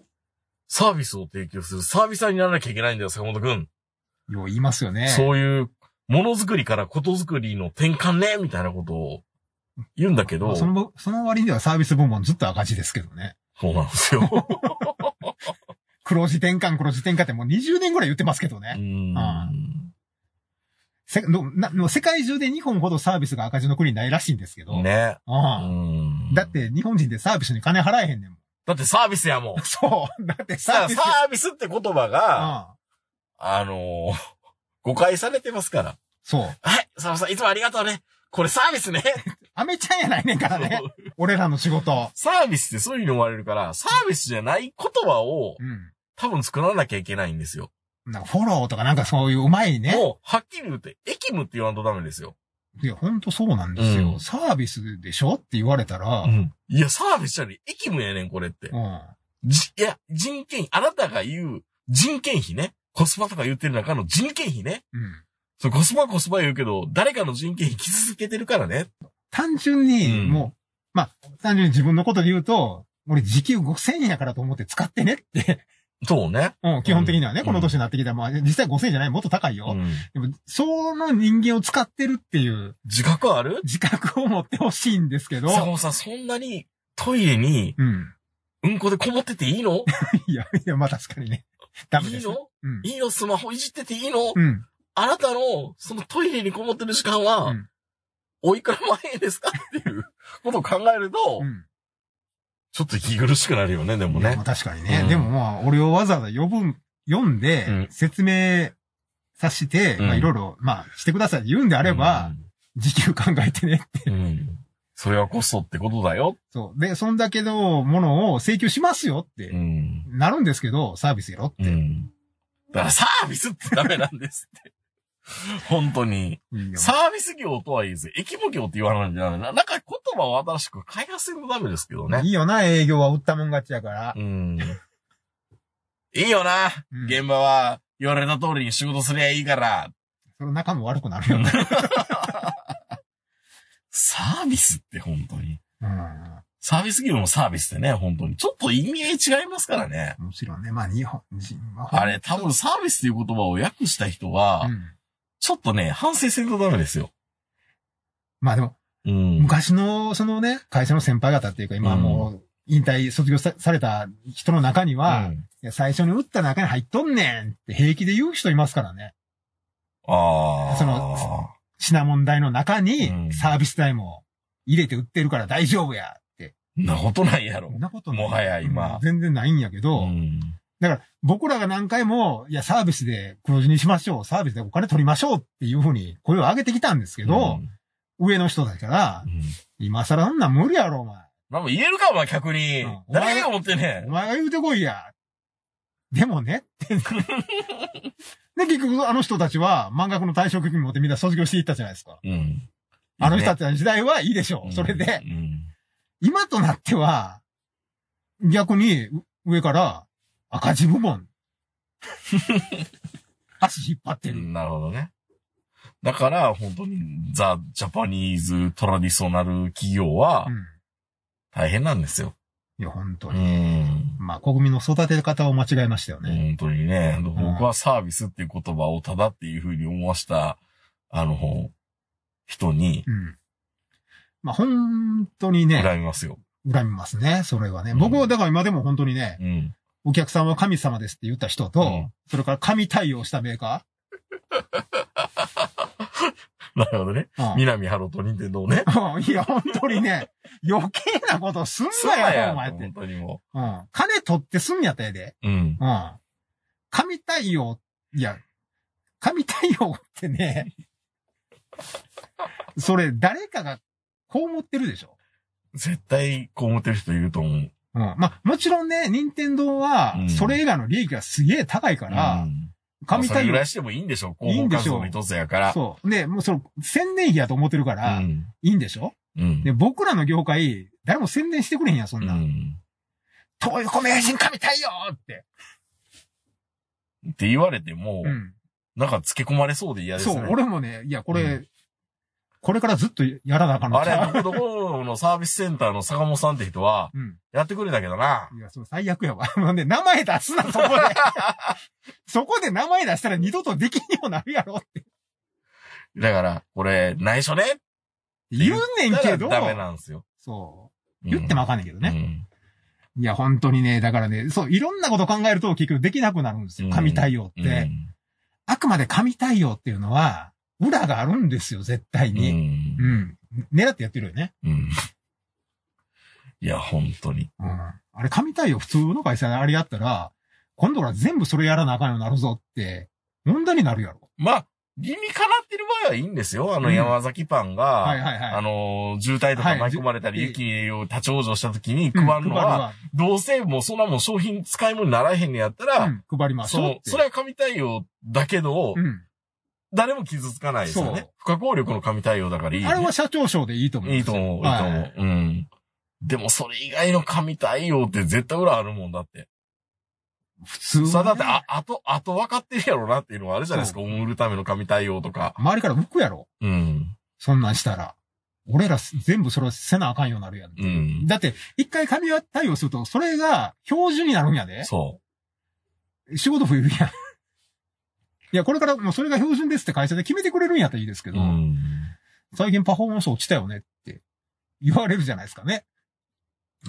[SPEAKER 2] サービスを提供するサービスーにならなきゃいけないんだよ、坂本くん。
[SPEAKER 3] よう言いますよね。
[SPEAKER 2] そういう、ものづくりからことづくりの転換ね、みたいなことを言うんだけ
[SPEAKER 3] ま
[SPEAKER 2] ど、
[SPEAKER 3] あそ
[SPEAKER 2] そ
[SPEAKER 3] の、その割にはサービス部門ずっと赤字ですけどね。
[SPEAKER 2] うなんですよ。
[SPEAKER 3] 黒字転換、黒字転換ってもう20年ぐらい言ってますけど
[SPEAKER 2] う
[SPEAKER 3] ね。
[SPEAKER 2] ん
[SPEAKER 3] あせのなの世界中で日本ほどサービスが赤字の国ないらしいんですけど。
[SPEAKER 2] ね。う
[SPEAKER 3] うん
[SPEAKER 2] ん
[SPEAKER 3] だっ、て日本人でサービスに金払えへんねんもん。
[SPEAKER 2] だってサービスやもん。
[SPEAKER 3] そう。だってサ
[SPEAKER 2] さ
[SPEAKER 3] ー
[SPEAKER 2] あ、
[SPEAKER 3] ビス。
[SPEAKER 2] サービスって言葉が、
[SPEAKER 3] うん
[SPEAKER 2] あのー誤解されてますから。
[SPEAKER 3] そう。
[SPEAKER 2] はい、サムさん、いつもありがとうね。これサービスね。
[SPEAKER 3] アメちゃんやないねんから ね。俺らの仕事。
[SPEAKER 2] サービスってそういうふうに思われるから、サービスじゃない言葉を
[SPEAKER 3] うん。
[SPEAKER 2] 多分作らなきゃいけないんですよ。
[SPEAKER 3] なんかフォローとかなんかそういううまいね。
[SPEAKER 2] もう、はっきり言って、駅務って言わんとダメですよ。
[SPEAKER 3] いや、ほんとそうなんですよ。
[SPEAKER 2] うん
[SPEAKER 3] サービスでしょって言われたら、うん。
[SPEAKER 2] ん。いや、サービスじゃねえ、駅務やねん、これって。じ、いや、人件費、あなたが言う人件費ね。コスパとか言ってる中の人件費ね。
[SPEAKER 3] うん。
[SPEAKER 2] そう、コスパはコスパ言うけど、誰かの人件費傷つけてるからね。
[SPEAKER 3] 単純に、
[SPEAKER 2] うん
[SPEAKER 3] もう、まあ、単純に自分のことで言うと、俺時給5000円やからと思って使ってねって、
[SPEAKER 2] そうね。
[SPEAKER 3] うん、基本的にはね、
[SPEAKER 2] うん
[SPEAKER 3] この年になってきたら、まあ、実際5000円じゃない、もっと高いよ。
[SPEAKER 2] ん。
[SPEAKER 3] でも、その人間を使ってるっていう
[SPEAKER 2] 自覚ある
[SPEAKER 3] 自覚を持ってほしいんですけど、
[SPEAKER 2] 坂本さん、そんなにトイレに
[SPEAKER 3] うん。
[SPEAKER 2] うんこでこもってていいの
[SPEAKER 3] いや、いや、まあ確かにね。ダメ
[SPEAKER 2] い
[SPEAKER 3] で
[SPEAKER 2] い
[SPEAKER 3] すね。
[SPEAKER 2] の
[SPEAKER 3] うん。
[SPEAKER 2] いいのスマホいじってていいの、
[SPEAKER 3] うん。
[SPEAKER 2] あなたの、そのトイレにこもってる時間は、
[SPEAKER 3] うん
[SPEAKER 2] おいくら万円ですかって いうことを考えると、
[SPEAKER 3] うん。
[SPEAKER 2] ちょっと息苦しくなるよね、でも
[SPEAKER 3] ま
[SPEAKER 2] ね
[SPEAKER 3] あ。確かにね。
[SPEAKER 2] うん
[SPEAKER 3] でもまあ、俺をわざわざ呼ぶ、読んで、
[SPEAKER 2] うん
[SPEAKER 3] 説明させて、
[SPEAKER 2] うん
[SPEAKER 3] まあいろいろ、まあしてくださいって言うんであ
[SPEAKER 2] あ
[SPEAKER 3] れば、、時給考えてね
[SPEAKER 2] うん。うんそれはコストってことだよ。
[SPEAKER 3] そう。で、そんだけのものを請求しますよって、
[SPEAKER 2] うん。
[SPEAKER 3] なるんですけど、サービスやろって。
[SPEAKER 2] うん。だからサービスってダメなんです って。本当に。
[SPEAKER 3] うん
[SPEAKER 2] サービス業とは言えず、駅務業って言わないんじゃないな。なんか言葉を新しく開発するためですけどね。
[SPEAKER 3] いいよな、営業は売ったもん勝ちやから。
[SPEAKER 2] うん。いいよな。
[SPEAKER 3] うん
[SPEAKER 2] 現場は言われた通りに仕事すりゃいいから。
[SPEAKER 3] その仲も悪くなるよね。
[SPEAKER 2] サービスって本当に。
[SPEAKER 3] うん。
[SPEAKER 2] サービス業のサービスってね、本当に。ちょっと意味合い違いますからね。
[SPEAKER 3] もちろんね、まあ日本人は。
[SPEAKER 2] あれ、多分サービスという言葉を訳した人は、
[SPEAKER 3] うん。
[SPEAKER 2] ちょっとね、反省せんとダメですよ。
[SPEAKER 3] まあでも、
[SPEAKER 2] うん。
[SPEAKER 3] 昔の、そのね、会社の先輩方っていうか、今はもう、引退、卒業さされた人の中には、
[SPEAKER 2] う
[SPEAKER 3] い
[SPEAKER 2] ん
[SPEAKER 3] や最初に打った中に入っとんねんって平気で言う人いますからね。
[SPEAKER 2] ああ。
[SPEAKER 3] その品問題の中
[SPEAKER 2] うん
[SPEAKER 3] に、サービスタイムを入れて売ってるから大丈夫やって。
[SPEAKER 2] んなことないやろ
[SPEAKER 3] そん。なことない
[SPEAKER 2] もはや今
[SPEAKER 3] うん全然ないんやけど、
[SPEAKER 2] ん。
[SPEAKER 3] だから僕らが何回も、いや、サービスで黒字にしましょう、サービスでお金取りましょうっていうふうに声を上げてきたんですけど、上の人だから
[SPEAKER 2] う、ん、
[SPEAKER 3] 今更そんなん無理やろ、お前。
[SPEAKER 2] なんも言えるか、お前、客に。
[SPEAKER 3] うん
[SPEAKER 2] 誰が思ってんね
[SPEAKER 3] お前が言うてこいや。でもね、 って。で、結局あの人たちは満額の対象基金持ってみんな卒業していったじゃないですか。
[SPEAKER 2] ん。うん。
[SPEAKER 3] あの人た
[SPEAKER 2] ね
[SPEAKER 3] ちの時代はいいでしょう。それで
[SPEAKER 2] う、ん
[SPEAKER 3] 今となっては、逆にう上から赤字部 門。足引っ張ってる。
[SPEAKER 2] なるほどね。だから、本当に、ザ・ジャパニーズ・トラディショナル企業は
[SPEAKER 3] うん。
[SPEAKER 2] 大変なんですよ。
[SPEAKER 3] いや、本当
[SPEAKER 2] う
[SPEAKER 3] に。
[SPEAKER 2] ん。
[SPEAKER 3] まあ、国民の育て方を間違えましたよね。
[SPEAKER 2] 本当にね、
[SPEAKER 3] ん
[SPEAKER 2] 僕はサービスっていう言葉をただっていうふうに思わした、あの、人に
[SPEAKER 3] うん。まあ、本当にね、
[SPEAKER 2] 恨みますよ。
[SPEAKER 3] 恨みますね、それはね。
[SPEAKER 2] うん
[SPEAKER 3] 僕は、だから今でも本当にね、
[SPEAKER 2] うん。
[SPEAKER 3] お客さんは神様ですって言った人と、
[SPEAKER 2] うん
[SPEAKER 3] それから神対応したメーカ
[SPEAKER 2] なるほどね。
[SPEAKER 3] ー、うん
[SPEAKER 2] 南ハロと任天堂ね。
[SPEAKER 3] うん いや、本当にね、余計なことすん
[SPEAKER 2] そう
[SPEAKER 3] な
[SPEAKER 2] や
[SPEAKER 3] よ、
[SPEAKER 2] ん
[SPEAKER 3] お前って
[SPEAKER 2] 本。当にも
[SPEAKER 3] うん。金取ってすんやったやで。
[SPEAKER 2] う。うん。
[SPEAKER 3] うん。神対応、いや、神対応ってね、 それ誰かがこう思ってるでしょ
[SPEAKER 2] 絶対こう思ってる人いると思う。
[SPEAKER 3] うん。まあ、もちろんね、任天堂は
[SPEAKER 2] うん、
[SPEAKER 3] それ以外の利益がすげえ高いから、
[SPEAKER 2] うんま
[SPEAKER 3] 神
[SPEAKER 2] あそれ
[SPEAKER 3] 対
[SPEAKER 2] ぐら
[SPEAKER 3] 応。
[SPEAKER 2] いしてもいいんでしょう。
[SPEAKER 3] いい
[SPEAKER 2] 広報
[SPEAKER 3] んでし
[SPEAKER 2] 活
[SPEAKER 3] ょう
[SPEAKER 2] 動の一つやから。
[SPEAKER 3] そう。で、もうその、宣伝費やと思ってるか
[SPEAKER 2] う
[SPEAKER 3] ら、
[SPEAKER 2] ん。
[SPEAKER 3] いいんでしょ
[SPEAKER 2] うん。
[SPEAKER 3] で、僕らの業界、誰も宣伝してくれへんやん、そん
[SPEAKER 2] う
[SPEAKER 3] な。
[SPEAKER 2] ん。
[SPEAKER 3] 東横名人神対応って。
[SPEAKER 2] って言われても、
[SPEAKER 3] うん。
[SPEAKER 2] なんか付け込まれそうで嫌です
[SPEAKER 3] そ
[SPEAKER 2] ね。
[SPEAKER 3] う、俺もね、いや、これ、
[SPEAKER 2] う
[SPEAKER 3] これからずっとやらなあかんの
[SPEAKER 2] あ
[SPEAKER 3] ちゃう
[SPEAKER 2] れ、どこどこのサービスセンターの坂本さんって人は、
[SPEAKER 3] うん。
[SPEAKER 2] やってくれたけどな。
[SPEAKER 3] いや、それ最悪やわ。 もうね、名前出すな、そこで。 そこで名前出したら二度とできんようになるやろって
[SPEAKER 2] だから、これ、内緒ねって
[SPEAKER 3] 言うねん
[SPEAKER 2] だか
[SPEAKER 3] け
[SPEAKER 2] ら
[SPEAKER 3] ど、
[SPEAKER 2] ダメなんですよ。
[SPEAKER 3] そう。言ってもあかんねんけど
[SPEAKER 2] う
[SPEAKER 3] ね。
[SPEAKER 2] ん。
[SPEAKER 3] いや、本当にね、だからね、そう、いろんなこと考えると結局できなくなるんですよ。
[SPEAKER 2] うん
[SPEAKER 3] 神対応って。
[SPEAKER 2] うん
[SPEAKER 3] あくまで神対応っていうのは、裏があるんですよ、絶対
[SPEAKER 2] う
[SPEAKER 3] に。
[SPEAKER 2] ん
[SPEAKER 3] うん。狙ってやってるよね。
[SPEAKER 2] うん。いや、本当に。
[SPEAKER 3] うん。あれ、神対応普通の会社であれやったら、今度から全部それやらなあかんようになるぞって、問題になるやろ。
[SPEAKER 2] まあ、理にかなってる場合はいいんですよ。あの、
[SPEAKER 3] うん
[SPEAKER 2] 山崎パン
[SPEAKER 3] はい
[SPEAKER 2] が、
[SPEAKER 3] はいはい。
[SPEAKER 2] あのー、渋滞とか
[SPEAKER 3] はい
[SPEAKER 2] 巻き込まれたり、
[SPEAKER 3] じ
[SPEAKER 2] 雪を立ち往生した時に
[SPEAKER 3] うん、
[SPEAKER 2] 配るのは、
[SPEAKER 3] は、
[SPEAKER 2] どうせもうそんなもん商品使い物にならへんねやったら、
[SPEAKER 3] うん、配りましょうっ
[SPEAKER 2] そ
[SPEAKER 3] て。
[SPEAKER 2] う、それは神対応だけど、
[SPEAKER 3] うん。
[SPEAKER 2] 誰も傷つかないですよ
[SPEAKER 3] そ
[SPEAKER 2] ね
[SPEAKER 3] う。
[SPEAKER 2] 不可抗力の神対応だからいい、ね。
[SPEAKER 3] あれは社長賞でいいと思う。
[SPEAKER 2] いいと思う、いいと思う。うん。でもそれ以外の神対応って絶対裏あるもんだって。
[SPEAKER 3] 普通はね
[SPEAKER 2] さあだって、あ、あと、あと分かってるやろなっていうのはあるじゃないですか。売るための神対応とか。
[SPEAKER 3] 周りから浮くやろ。
[SPEAKER 2] うん。
[SPEAKER 3] そんなんしたら。俺ら全部それをせなあかんようになるやん。
[SPEAKER 2] うん。
[SPEAKER 3] だって、一回紙は対応すると、それが標準になるんやで。
[SPEAKER 2] そ
[SPEAKER 3] 仕事増えるやん。いや、これからもうそれが標準ですって会社で決めてくれるんやったらいいですけ
[SPEAKER 2] う。
[SPEAKER 3] ど、
[SPEAKER 2] うん。
[SPEAKER 3] 最近パフォーマンス落ちたよねって言われるじゃないですかね。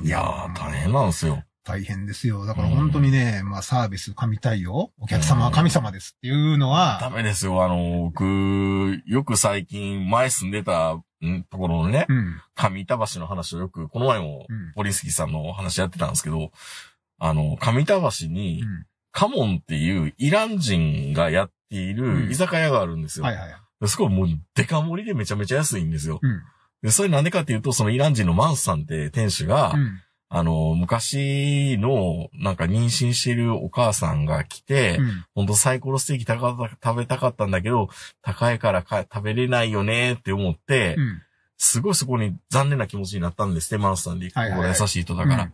[SPEAKER 2] いやー、大変なんですよ。
[SPEAKER 3] 大変ですよ。だから本当にね、まあサービス、神対応、お客様は神様ですっていうの
[SPEAKER 2] ダ
[SPEAKER 3] は、
[SPEAKER 2] メですよ。あの、僕、よく最近、前住んでた、んところのね、
[SPEAKER 3] うん、
[SPEAKER 2] 上板橋の話をよく、この前も、
[SPEAKER 3] うん、
[SPEAKER 2] ポリンスキーさんのお話やってたんですけど、あの、上板橋に
[SPEAKER 3] う、ん。
[SPEAKER 2] カモンっていうイラン人がやってい
[SPEAKER 3] うん
[SPEAKER 2] る居酒屋があるんですよ。
[SPEAKER 3] はいはい。
[SPEAKER 2] すごいもうデカ盛りでめちゃめちゃ安いんですよ。
[SPEAKER 3] うん、
[SPEAKER 2] で、それなんでかっていうと、そのイラン人のマンスさんって店主が、
[SPEAKER 3] うん、
[SPEAKER 2] あの、昔のなんか妊娠してるお母さんが来て、
[SPEAKER 3] うん、
[SPEAKER 2] 本当サイコロステーキ高かった食べたかったんだけど、高いからか食べれないよねって思って、
[SPEAKER 3] うん。
[SPEAKER 2] すごいそこに残念な気持ちになったんですって、マンスさんで行く
[SPEAKER 3] はい
[SPEAKER 2] と
[SPEAKER 3] はい
[SPEAKER 2] こ
[SPEAKER 3] はい
[SPEAKER 2] ろ優しい人だから。
[SPEAKER 3] うん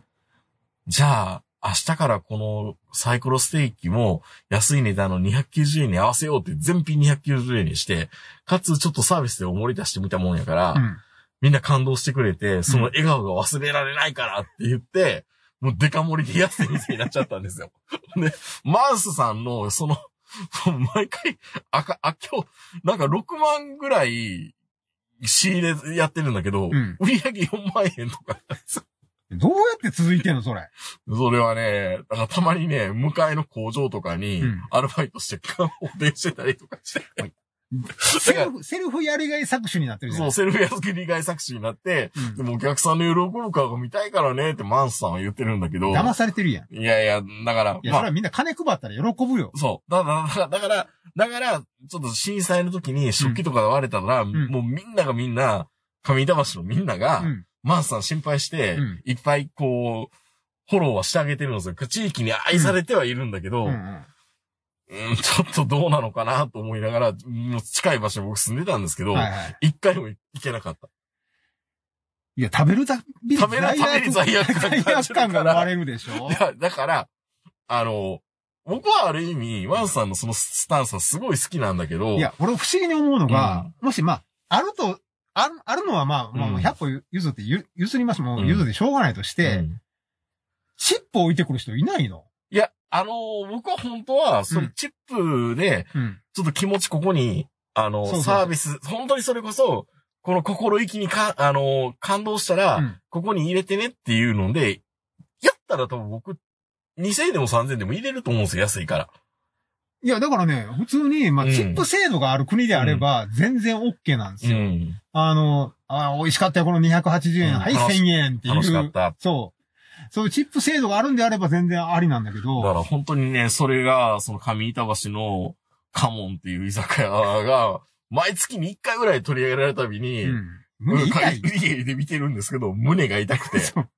[SPEAKER 2] じゃあ、明日からこのサイコロステーキも安い値段の290円に合わせようって全品290円にして、かつちょっとサービスで思い出してみたもんやから、
[SPEAKER 3] うん。
[SPEAKER 2] みんな感動してくれて、その笑顔が忘れられないからって言って、もうデカ盛りで安い店になっちゃったんですよ。 で、マウスさんの、その、もう毎回、あか、あ、今日、なんか6万ぐらい仕入れやってるんだけど、
[SPEAKER 3] うん
[SPEAKER 2] 売り上げ4万円とか。
[SPEAKER 3] どうやって続いてんの、それ。
[SPEAKER 2] それはね、だからたまにね、向かいの工場とかに
[SPEAKER 3] うん、
[SPEAKER 2] アルバイトして、お弁してたりとかして、
[SPEAKER 3] セルフ、セルフやりがい搾取になってるじゃ
[SPEAKER 2] そ、
[SPEAKER 3] ないう
[SPEAKER 2] セルフ安切り外作詞になって、
[SPEAKER 3] です
[SPEAKER 2] でもお客さんの喜ぶ顔が見たいからねってマンスさんは言ってるんだけど、
[SPEAKER 3] か。騙されてるやん。
[SPEAKER 2] いやいや、だから、
[SPEAKER 3] いや、そ
[SPEAKER 2] まあ
[SPEAKER 3] れは、みんな金配ったら喜ぶよ。
[SPEAKER 2] そう。だから、だから、だから、ちょっと震災の時に食器とかが割れたら、
[SPEAKER 3] ん
[SPEAKER 2] もうみんながみんな、上板橋のみんなが、
[SPEAKER 3] うん。
[SPEAKER 2] マンスさん心配して、
[SPEAKER 3] うん
[SPEAKER 2] いっぱいこう、フォローはしてあげてるんですよ。地域に愛されてはいるんだけど、
[SPEAKER 3] う
[SPEAKER 2] うん
[SPEAKER 3] うんん
[SPEAKER 2] ちょっとどうなのかなと思いながら、もう近い場所に僕住んでたんですけど、
[SPEAKER 3] はいはい。
[SPEAKER 2] 一回も行けなかった。
[SPEAKER 3] いや、食べるだび
[SPEAKER 2] 食べるために罪悪感
[SPEAKER 3] 罪
[SPEAKER 2] 感
[SPEAKER 3] 悪
[SPEAKER 2] じるから
[SPEAKER 3] 感が生まれるでしょ
[SPEAKER 2] いや、だから、あの、僕はある意味、ワンさんのそのスタンスはすごい好きなんだけど、
[SPEAKER 3] いや、俺不思議に思うのが、もしまあ、あると、ある、あるのはまあ、まあ、
[SPEAKER 2] うん
[SPEAKER 3] 100歩ゆ譲ってゆ譲りますも、
[SPEAKER 2] うんん
[SPEAKER 3] 譲ってしょうがないとし
[SPEAKER 2] う
[SPEAKER 3] て、
[SPEAKER 2] ん
[SPEAKER 3] チップ置いてくる人いないの
[SPEAKER 2] いや、あの僕は本当は、そうれ
[SPEAKER 3] ん
[SPEAKER 2] チップで、
[SPEAKER 3] うん。
[SPEAKER 2] ちょっと気持ちここに、あの、
[SPEAKER 3] そうそう
[SPEAKER 2] サービス、本当にそれこそ、この心意気にか、あの感動したら、
[SPEAKER 3] うん
[SPEAKER 2] ここに入れてねっていうので、やったら多分僕、2000円でも3000円でも入れると思うんですよ、安いから。
[SPEAKER 3] いや、だからね、普通に、まあ、
[SPEAKER 2] うん
[SPEAKER 3] チップ制度がある国であれば、全然 OK なんですよ。
[SPEAKER 2] ん。
[SPEAKER 3] あの、あー美味しかったよ、この280円。
[SPEAKER 2] うん
[SPEAKER 3] はい、
[SPEAKER 2] 楽し
[SPEAKER 3] 1000円っていう。
[SPEAKER 2] 楽しかった。
[SPEAKER 3] そう。そういうチップ制度があるんであれば全然ありなんだけど。
[SPEAKER 2] だから本当にね、それが、その上板橋のカモンっていう居酒屋が、毎月に1回ぐらい取り上げられるたびに、
[SPEAKER 3] うん。胸痛い。
[SPEAKER 2] 家で見てるんですけど、胸が痛く て。
[SPEAKER 3] そう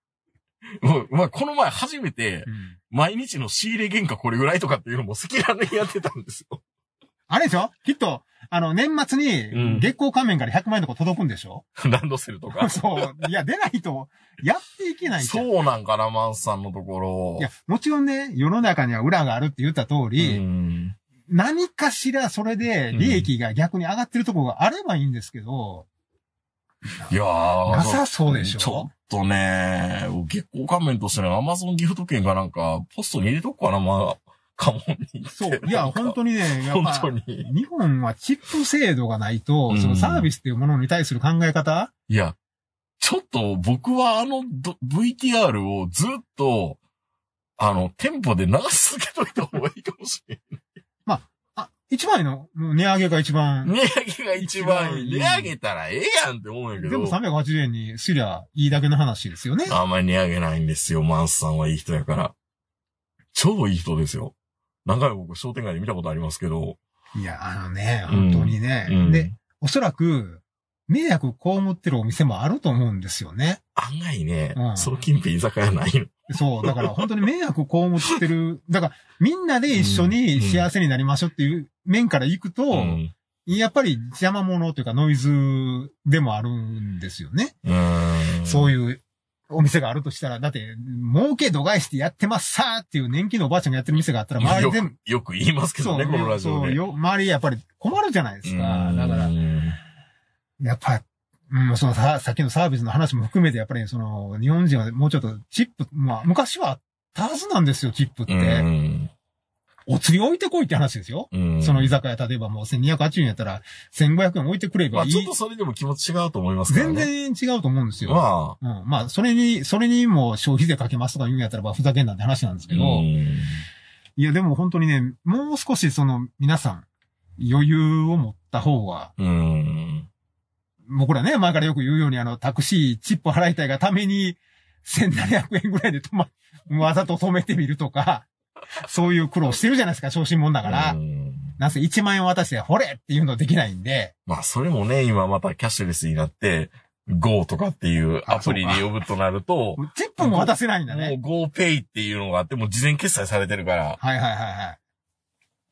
[SPEAKER 2] もう、まあ、この前初めて、
[SPEAKER 3] うん
[SPEAKER 2] 毎日の仕入れ原価これぐらいとかっていうのも赤裸々にやってたんですよ。
[SPEAKER 3] あれでしょきっと、あの、年末
[SPEAKER 2] う
[SPEAKER 3] に
[SPEAKER 2] ん、
[SPEAKER 3] 月光仮面から100万円とか届くんでしょ、
[SPEAKER 2] ランドセルとか。
[SPEAKER 3] そう。いや、出ないと、やっていけないじゃん。
[SPEAKER 2] そうなんかな、マンスさんのところ。
[SPEAKER 3] いや、もちろんね、世の中には裏があるって言った通り、
[SPEAKER 2] うん
[SPEAKER 3] 何かしらそれで利益が逆に上がってるところがあればいいんですけど、
[SPEAKER 2] いやー。
[SPEAKER 3] なさそうでしょ
[SPEAKER 2] ちょっとね、月光仮面としてね、アマゾンギフト券かなんか、ポストに入れとくかな、まあ、カモンに。
[SPEAKER 3] そう。 いや、本当にね、やっ
[SPEAKER 2] 本
[SPEAKER 3] ぱ
[SPEAKER 2] 当、に。
[SPEAKER 3] 日本はチップ制度がないと、
[SPEAKER 2] うん
[SPEAKER 3] そのサービスっていうものに対する考え方、
[SPEAKER 2] いや、ちょっと僕はあのど VTR をずっと、あの、店舗で流し続けといた方がいいかもしれない。
[SPEAKER 3] あ、一番いいのもう値上げが一番。
[SPEAKER 2] 値上げが一番いい。
[SPEAKER 3] 一番いい
[SPEAKER 2] 値上げたらええやんって思うんやけ
[SPEAKER 3] で
[SPEAKER 2] ど
[SPEAKER 3] も。380円にすりゃいいだけの話ですよね。
[SPEAKER 2] あんまり値上げないんですよ。マンスさんはいい人やから。超いい人ですよ。何回も僕商店街で見たことありますけど。
[SPEAKER 3] いや、あのね、
[SPEAKER 2] うん
[SPEAKER 3] 本当にね。
[SPEAKER 2] うん
[SPEAKER 3] で、おそらく、迷惑被ってるお店もあると思うんですよね。
[SPEAKER 2] 案外ね、
[SPEAKER 3] うん
[SPEAKER 2] その近辺居酒屋ないの。
[SPEAKER 3] そう、だから本当に迷惑被ってる。だから、みんなで一緒に幸せになりましょうっていう面から行くと、
[SPEAKER 2] うん。
[SPEAKER 3] やっぱり邪魔者というかノイズでもあるんですよね。
[SPEAKER 2] うん。
[SPEAKER 3] そういうお店があるとしたら、だって、儲け度外してやってますさーっていう年金のおばあちゃんがやってる店があったら、周り
[SPEAKER 2] よ
[SPEAKER 3] 全
[SPEAKER 2] く
[SPEAKER 3] 部、
[SPEAKER 2] よく言いますけどね、このラジオ
[SPEAKER 3] そう
[SPEAKER 2] で。
[SPEAKER 3] よ、周りやっぱり困るじゃないですか。だから
[SPEAKER 2] う、ん
[SPEAKER 3] やっぱ、うん、そのさ、さっきのサービスの話も含めて、やっぱりその、日本人はもうちょっとチップ、まあ、昔はあったはずなんですよ、チップって。
[SPEAKER 2] うん
[SPEAKER 3] お釣り置いてこいって話ですよ。
[SPEAKER 2] うん
[SPEAKER 3] その居酒屋、例えばもう1280円やったら、1500円置いてくれ
[SPEAKER 2] ま
[SPEAKER 3] ば
[SPEAKER 2] あ
[SPEAKER 3] い
[SPEAKER 2] ちょっ
[SPEAKER 3] い
[SPEAKER 2] と。それでも気持ち違うと思いますから
[SPEAKER 3] 全
[SPEAKER 2] ね。
[SPEAKER 3] 然違うと思うんですよ。
[SPEAKER 2] まあ。
[SPEAKER 3] うん、まあ、それに、それにも消費税かけますとか言うんやったらば、ふざけんなって話なんですけど、
[SPEAKER 2] うん
[SPEAKER 3] いや、でも本当にね、もう少しその、皆さん、余裕を持った方が、
[SPEAKER 2] うん。
[SPEAKER 3] 僕らね、前からよく言うように、あの、タクシーチップ払いたいがために、1700円ぐらいで止ま、わざと止めてみるとか、 そういう苦労してるじゃないですか、昇進者だから。
[SPEAKER 2] うん
[SPEAKER 3] なんせ1万円渡して、ほれっていうのできないんで、
[SPEAKER 2] まあそれもね、今またキャッシュレスになって、Go とかっていうアプリで呼ぶとなると、
[SPEAKER 3] チップも渡せないんだ
[SPEAKER 2] も
[SPEAKER 3] ね。
[SPEAKER 2] う GoPay っていうのがあって、もう事前決済されてるから、
[SPEAKER 3] はいはいはいは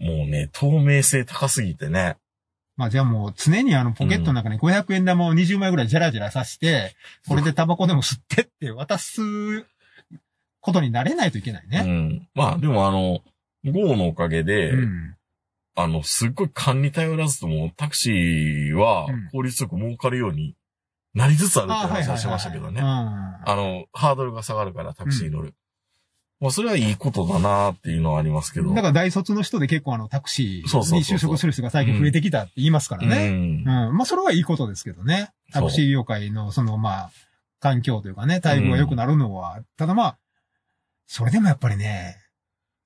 [SPEAKER 3] い。
[SPEAKER 2] もうね、透明性高すぎてね。
[SPEAKER 3] まあじゃあもう常にあのポケットの中に500円玉を20枚ぐらいジャラジャラさして、これでタバコでも吸ってって渡すことになれないといけないうね。
[SPEAKER 2] ん。まあでもあの、Go のおかげで、
[SPEAKER 3] うん。
[SPEAKER 2] あの、すっごい勘に頼らずとも、タクシーは
[SPEAKER 3] うん
[SPEAKER 2] 効率よく儲かるようになりつつあるって
[SPEAKER 3] あはいはい
[SPEAKER 2] 話
[SPEAKER 3] はい
[SPEAKER 2] はしましたけどね。
[SPEAKER 3] うん
[SPEAKER 2] あの、ハードルが下がるからタクシーに乗る。まあそれはいいことだなっていうのはありますけど。
[SPEAKER 3] だから大卒の人で結構あのタクシ
[SPEAKER 2] そう
[SPEAKER 3] ー
[SPEAKER 2] そう
[SPEAKER 3] に
[SPEAKER 2] そう
[SPEAKER 3] 就
[SPEAKER 2] そう
[SPEAKER 3] 職する人が最近増えてきたって言いますから
[SPEAKER 2] う
[SPEAKER 3] ね。
[SPEAKER 2] ん
[SPEAKER 3] うん。まあそれはいいことですけどね。タクシー業界のそのまあ、環境というかね、待遇が良くなるのは、ただまあ、それでもやっぱりね、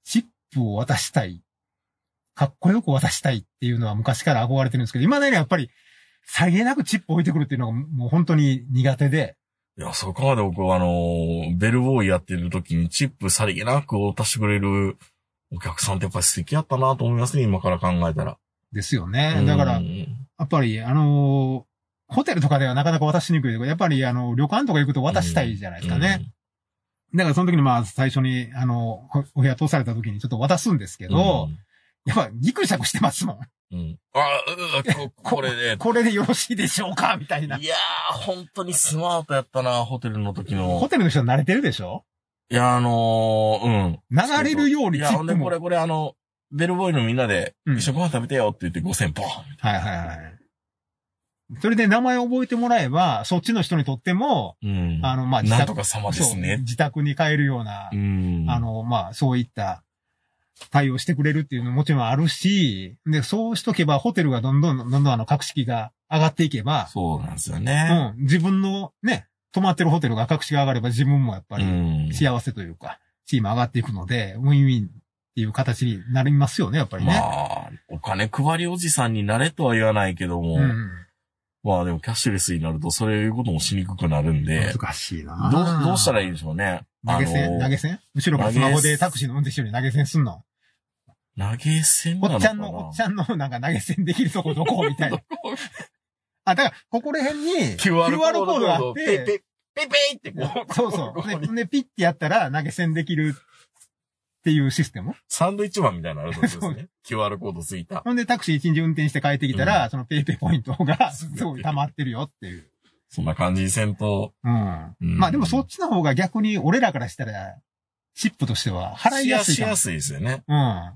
[SPEAKER 3] チップを渡したい。かっこよく渡したいっていうのは昔から憧れてるんですけど、今ね、やっぱり、さりげなくチップ置いてくるっていうのがもう本当に苦手で、
[SPEAKER 2] いや、そこまで僕はあのー、ベルボーイやってる時にチップさりげなく渡してくれるお客さんってやっぱり素敵やったなと思いますね、今から考えたら。
[SPEAKER 3] ですよね。だから
[SPEAKER 2] う、ん
[SPEAKER 3] やっぱり、あのーホテルとかではなかなか渡しにくいけど、やっぱり、あの、旅館とか行くと渡したいじゃないですかね。。だからその時にまあ、最初に、あの、おお部屋通された時にちょっと渡すんですけ
[SPEAKER 2] け
[SPEAKER 3] ど、、やっぱギクシャクしてますもん。
[SPEAKER 2] うんうんあううこ、これで。
[SPEAKER 3] これでよろしいでしょうかみたいな。
[SPEAKER 2] いやー、本当にスマートやったな、ホテルの時
[SPEAKER 3] ホ
[SPEAKER 2] の。
[SPEAKER 3] テルの人は慣れてるでしょ
[SPEAKER 2] いや、あのー、うん。
[SPEAKER 3] 流れるように
[SPEAKER 2] い
[SPEAKER 3] チ
[SPEAKER 2] や、ほ
[SPEAKER 3] ッ
[SPEAKER 2] ん
[SPEAKER 3] プ
[SPEAKER 2] でこ
[SPEAKER 3] も。は
[SPEAKER 2] れ
[SPEAKER 3] い
[SPEAKER 2] これあの、ベルボーイのみんなで、
[SPEAKER 3] うん
[SPEAKER 2] 一緒にご飯食べてよって言って5000ポン。
[SPEAKER 3] はいはい。それで名前を覚えてもらえば、そっちの人にとっても、
[SPEAKER 2] うん。
[SPEAKER 3] あの、まあ、自
[SPEAKER 2] なん
[SPEAKER 3] 宅
[SPEAKER 2] と、か様で
[SPEAKER 3] そ
[SPEAKER 2] す
[SPEAKER 3] う
[SPEAKER 2] ね。
[SPEAKER 3] 自宅に帰るような、
[SPEAKER 2] ん
[SPEAKER 3] あ、の、まあ、そういった対応してくれるっていうのももちろんあるし、で、そうしとけばホテルがどんどんどんどんあの格式が上がっていけば、
[SPEAKER 2] そうなんですよ
[SPEAKER 3] う
[SPEAKER 2] ね。
[SPEAKER 3] ん、自分のね、泊まってるホテルが格式が上がれば自分もやっぱり
[SPEAKER 2] ん
[SPEAKER 3] 幸せというか、チーム上がっていくので、ウィンウィンっていう形になりますよね、やっぱり
[SPEAKER 2] ま
[SPEAKER 3] ね。
[SPEAKER 2] あ、お金配りおじさんになれとは言わないけども、
[SPEAKER 3] うん。
[SPEAKER 2] まあでもキャッシュレスになるとそういうこともしにくくなるんで、
[SPEAKER 3] 難しい
[SPEAKER 2] ど
[SPEAKER 3] な
[SPEAKER 2] うどうしたらいいん
[SPEAKER 3] い
[SPEAKER 2] でしょうね。
[SPEAKER 3] 投げ銭、
[SPEAKER 2] あの
[SPEAKER 3] 投げ銭後ろからスマホでタクシーの運転手に投げ銭すんの
[SPEAKER 2] 投げ銭な
[SPEAKER 3] お
[SPEAKER 2] の
[SPEAKER 3] っ
[SPEAKER 2] かな
[SPEAKER 3] ちゃんの、おっちゃんのなんか投げ銭できるとこどこ みたいな。あ、だから、ここら辺に
[SPEAKER 2] QR コー
[SPEAKER 3] QR
[SPEAKER 2] ド
[SPEAKER 3] コードがあっ
[SPEAKER 2] ペイペ
[SPEAKER 3] て、
[SPEAKER 2] イ、ペイペイってこう。
[SPEAKER 3] そうそう。で、でピッてやったら投げ銭できるっていうシステム。
[SPEAKER 2] サンドイッチマンみたいなのあるってことですね。QR コードついた。
[SPEAKER 3] ほんで、タクシー一日運転して帰ってきたら、そのペイペイポイントがす
[SPEAKER 2] すごい
[SPEAKER 3] ごい溜まってるよっていう。
[SPEAKER 2] そんな感じにせんと。
[SPEAKER 3] うん。
[SPEAKER 2] うん
[SPEAKER 3] まあでもそっちの方が逆に俺らからしたら、チップとしては払いやすい
[SPEAKER 2] し
[SPEAKER 3] かも
[SPEAKER 2] や。すいですよね。
[SPEAKER 3] う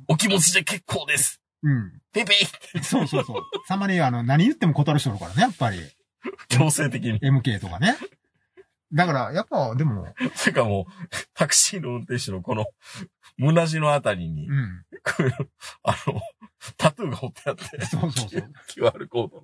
[SPEAKER 2] お気持ちで結構です。
[SPEAKER 3] ん。うん。
[SPEAKER 2] ペイペイ
[SPEAKER 3] そうそうそう。たまにあの、何言っても断る人おるからね、やっぱり。
[SPEAKER 2] 強制的に。
[SPEAKER 3] MK とかね。だから、やっぱ、でも、
[SPEAKER 2] てかもう、タクシーの運転手のこの、胸地のあたりに、
[SPEAKER 3] うん。
[SPEAKER 2] こういうあの、タトゥーが彫ってあって、
[SPEAKER 3] そうそうそう。
[SPEAKER 2] QR コードの。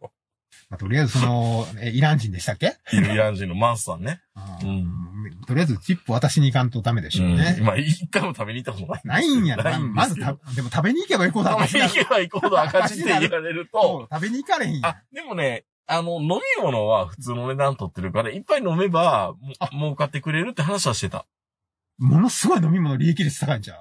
[SPEAKER 3] まあ、とりあえず、その、え、イラン人でしたっけ、
[SPEAKER 2] イルイラン人のマンスさんね。
[SPEAKER 3] うん、とりあえず、チップ渡しに行かんとダメでしょうね。
[SPEAKER 2] うんまあ、一回も食べに行ったことない。
[SPEAKER 3] ないんやろ。ま
[SPEAKER 2] な
[SPEAKER 3] あ
[SPEAKER 2] いん
[SPEAKER 3] ま
[SPEAKER 2] です
[SPEAKER 3] ず
[SPEAKER 2] け
[SPEAKER 3] た
[SPEAKER 2] ど、
[SPEAKER 3] でも食べに行けばよいことは
[SPEAKER 2] 食べに行けば行くほど赤字って言われると、
[SPEAKER 3] 食べに行かれへんやん
[SPEAKER 2] あ。、でもね、あの、飲み物は普通の値段取ってるから、いっぱい飲めば、も
[SPEAKER 3] あ
[SPEAKER 2] 儲かってくれるって話はしてた。
[SPEAKER 3] ものすごい飲み物利益率高いんちゃ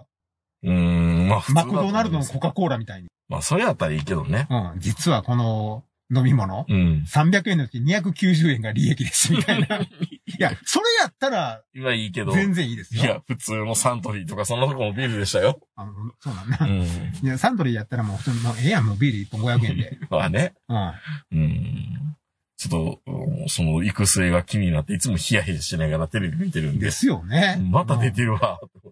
[SPEAKER 2] うーん、まあ普通
[SPEAKER 3] う
[SPEAKER 2] だ
[SPEAKER 3] マ
[SPEAKER 2] と
[SPEAKER 3] ク
[SPEAKER 2] 思うん
[SPEAKER 3] ドナルドの
[SPEAKER 2] です
[SPEAKER 3] コ
[SPEAKER 2] よ
[SPEAKER 3] カ・コーラみたいに。
[SPEAKER 2] まあ、それやったらいいけどね。
[SPEAKER 3] うん。実はこの飲み物、
[SPEAKER 2] うん。
[SPEAKER 3] 300円のうち290円が利益です、みた いな。いや、それやったら、
[SPEAKER 2] 今いいけど。
[SPEAKER 3] 全然いいで
[SPEAKER 2] い
[SPEAKER 3] すよ。
[SPEAKER 2] や、普通のサントリーとか、そんなとこもビールでしたよ。
[SPEAKER 3] あのそうなんだ。
[SPEAKER 2] うん。
[SPEAKER 3] いや、サントリーやったらもう普通に、もうええやん、もうビール1本500 円で。
[SPEAKER 2] まあね。
[SPEAKER 3] うん。
[SPEAKER 2] うん。ちょっとうん、その、行く末が気になって、いつもヒヤヒヤしながらテレビ見てるんで
[SPEAKER 3] で。すよね。
[SPEAKER 2] また出てるわ。
[SPEAKER 3] う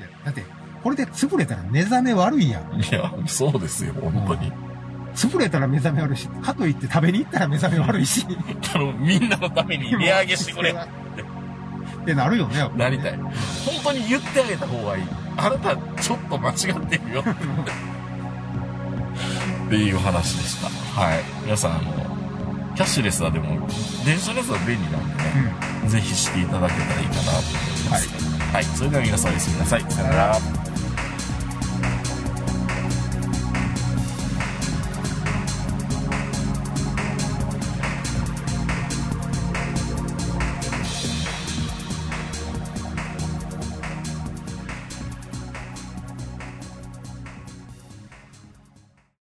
[SPEAKER 3] ん、いやだって、これで潰れたら目覚め悪いやん。
[SPEAKER 2] いや、そうですよ、本当に。
[SPEAKER 3] 潰れたら目覚め悪いし、かといって食べに行ったら目覚め悪 いし。
[SPEAKER 2] あの、みんなのために値上げしてく れ。
[SPEAKER 3] ってなるよね、やっぱ
[SPEAKER 2] なりたい。本当に言ってあげた方がいい。あなた、ちょっと間違ってるよ。っていう話でした。はい。皆さん、あの、キャッシュレスはでも、電子レスは便利なんでね。
[SPEAKER 3] うん。
[SPEAKER 2] ぜひしていただけたらいいかなと思います。はい。それでは皆さんおやすみなさい。さよなら。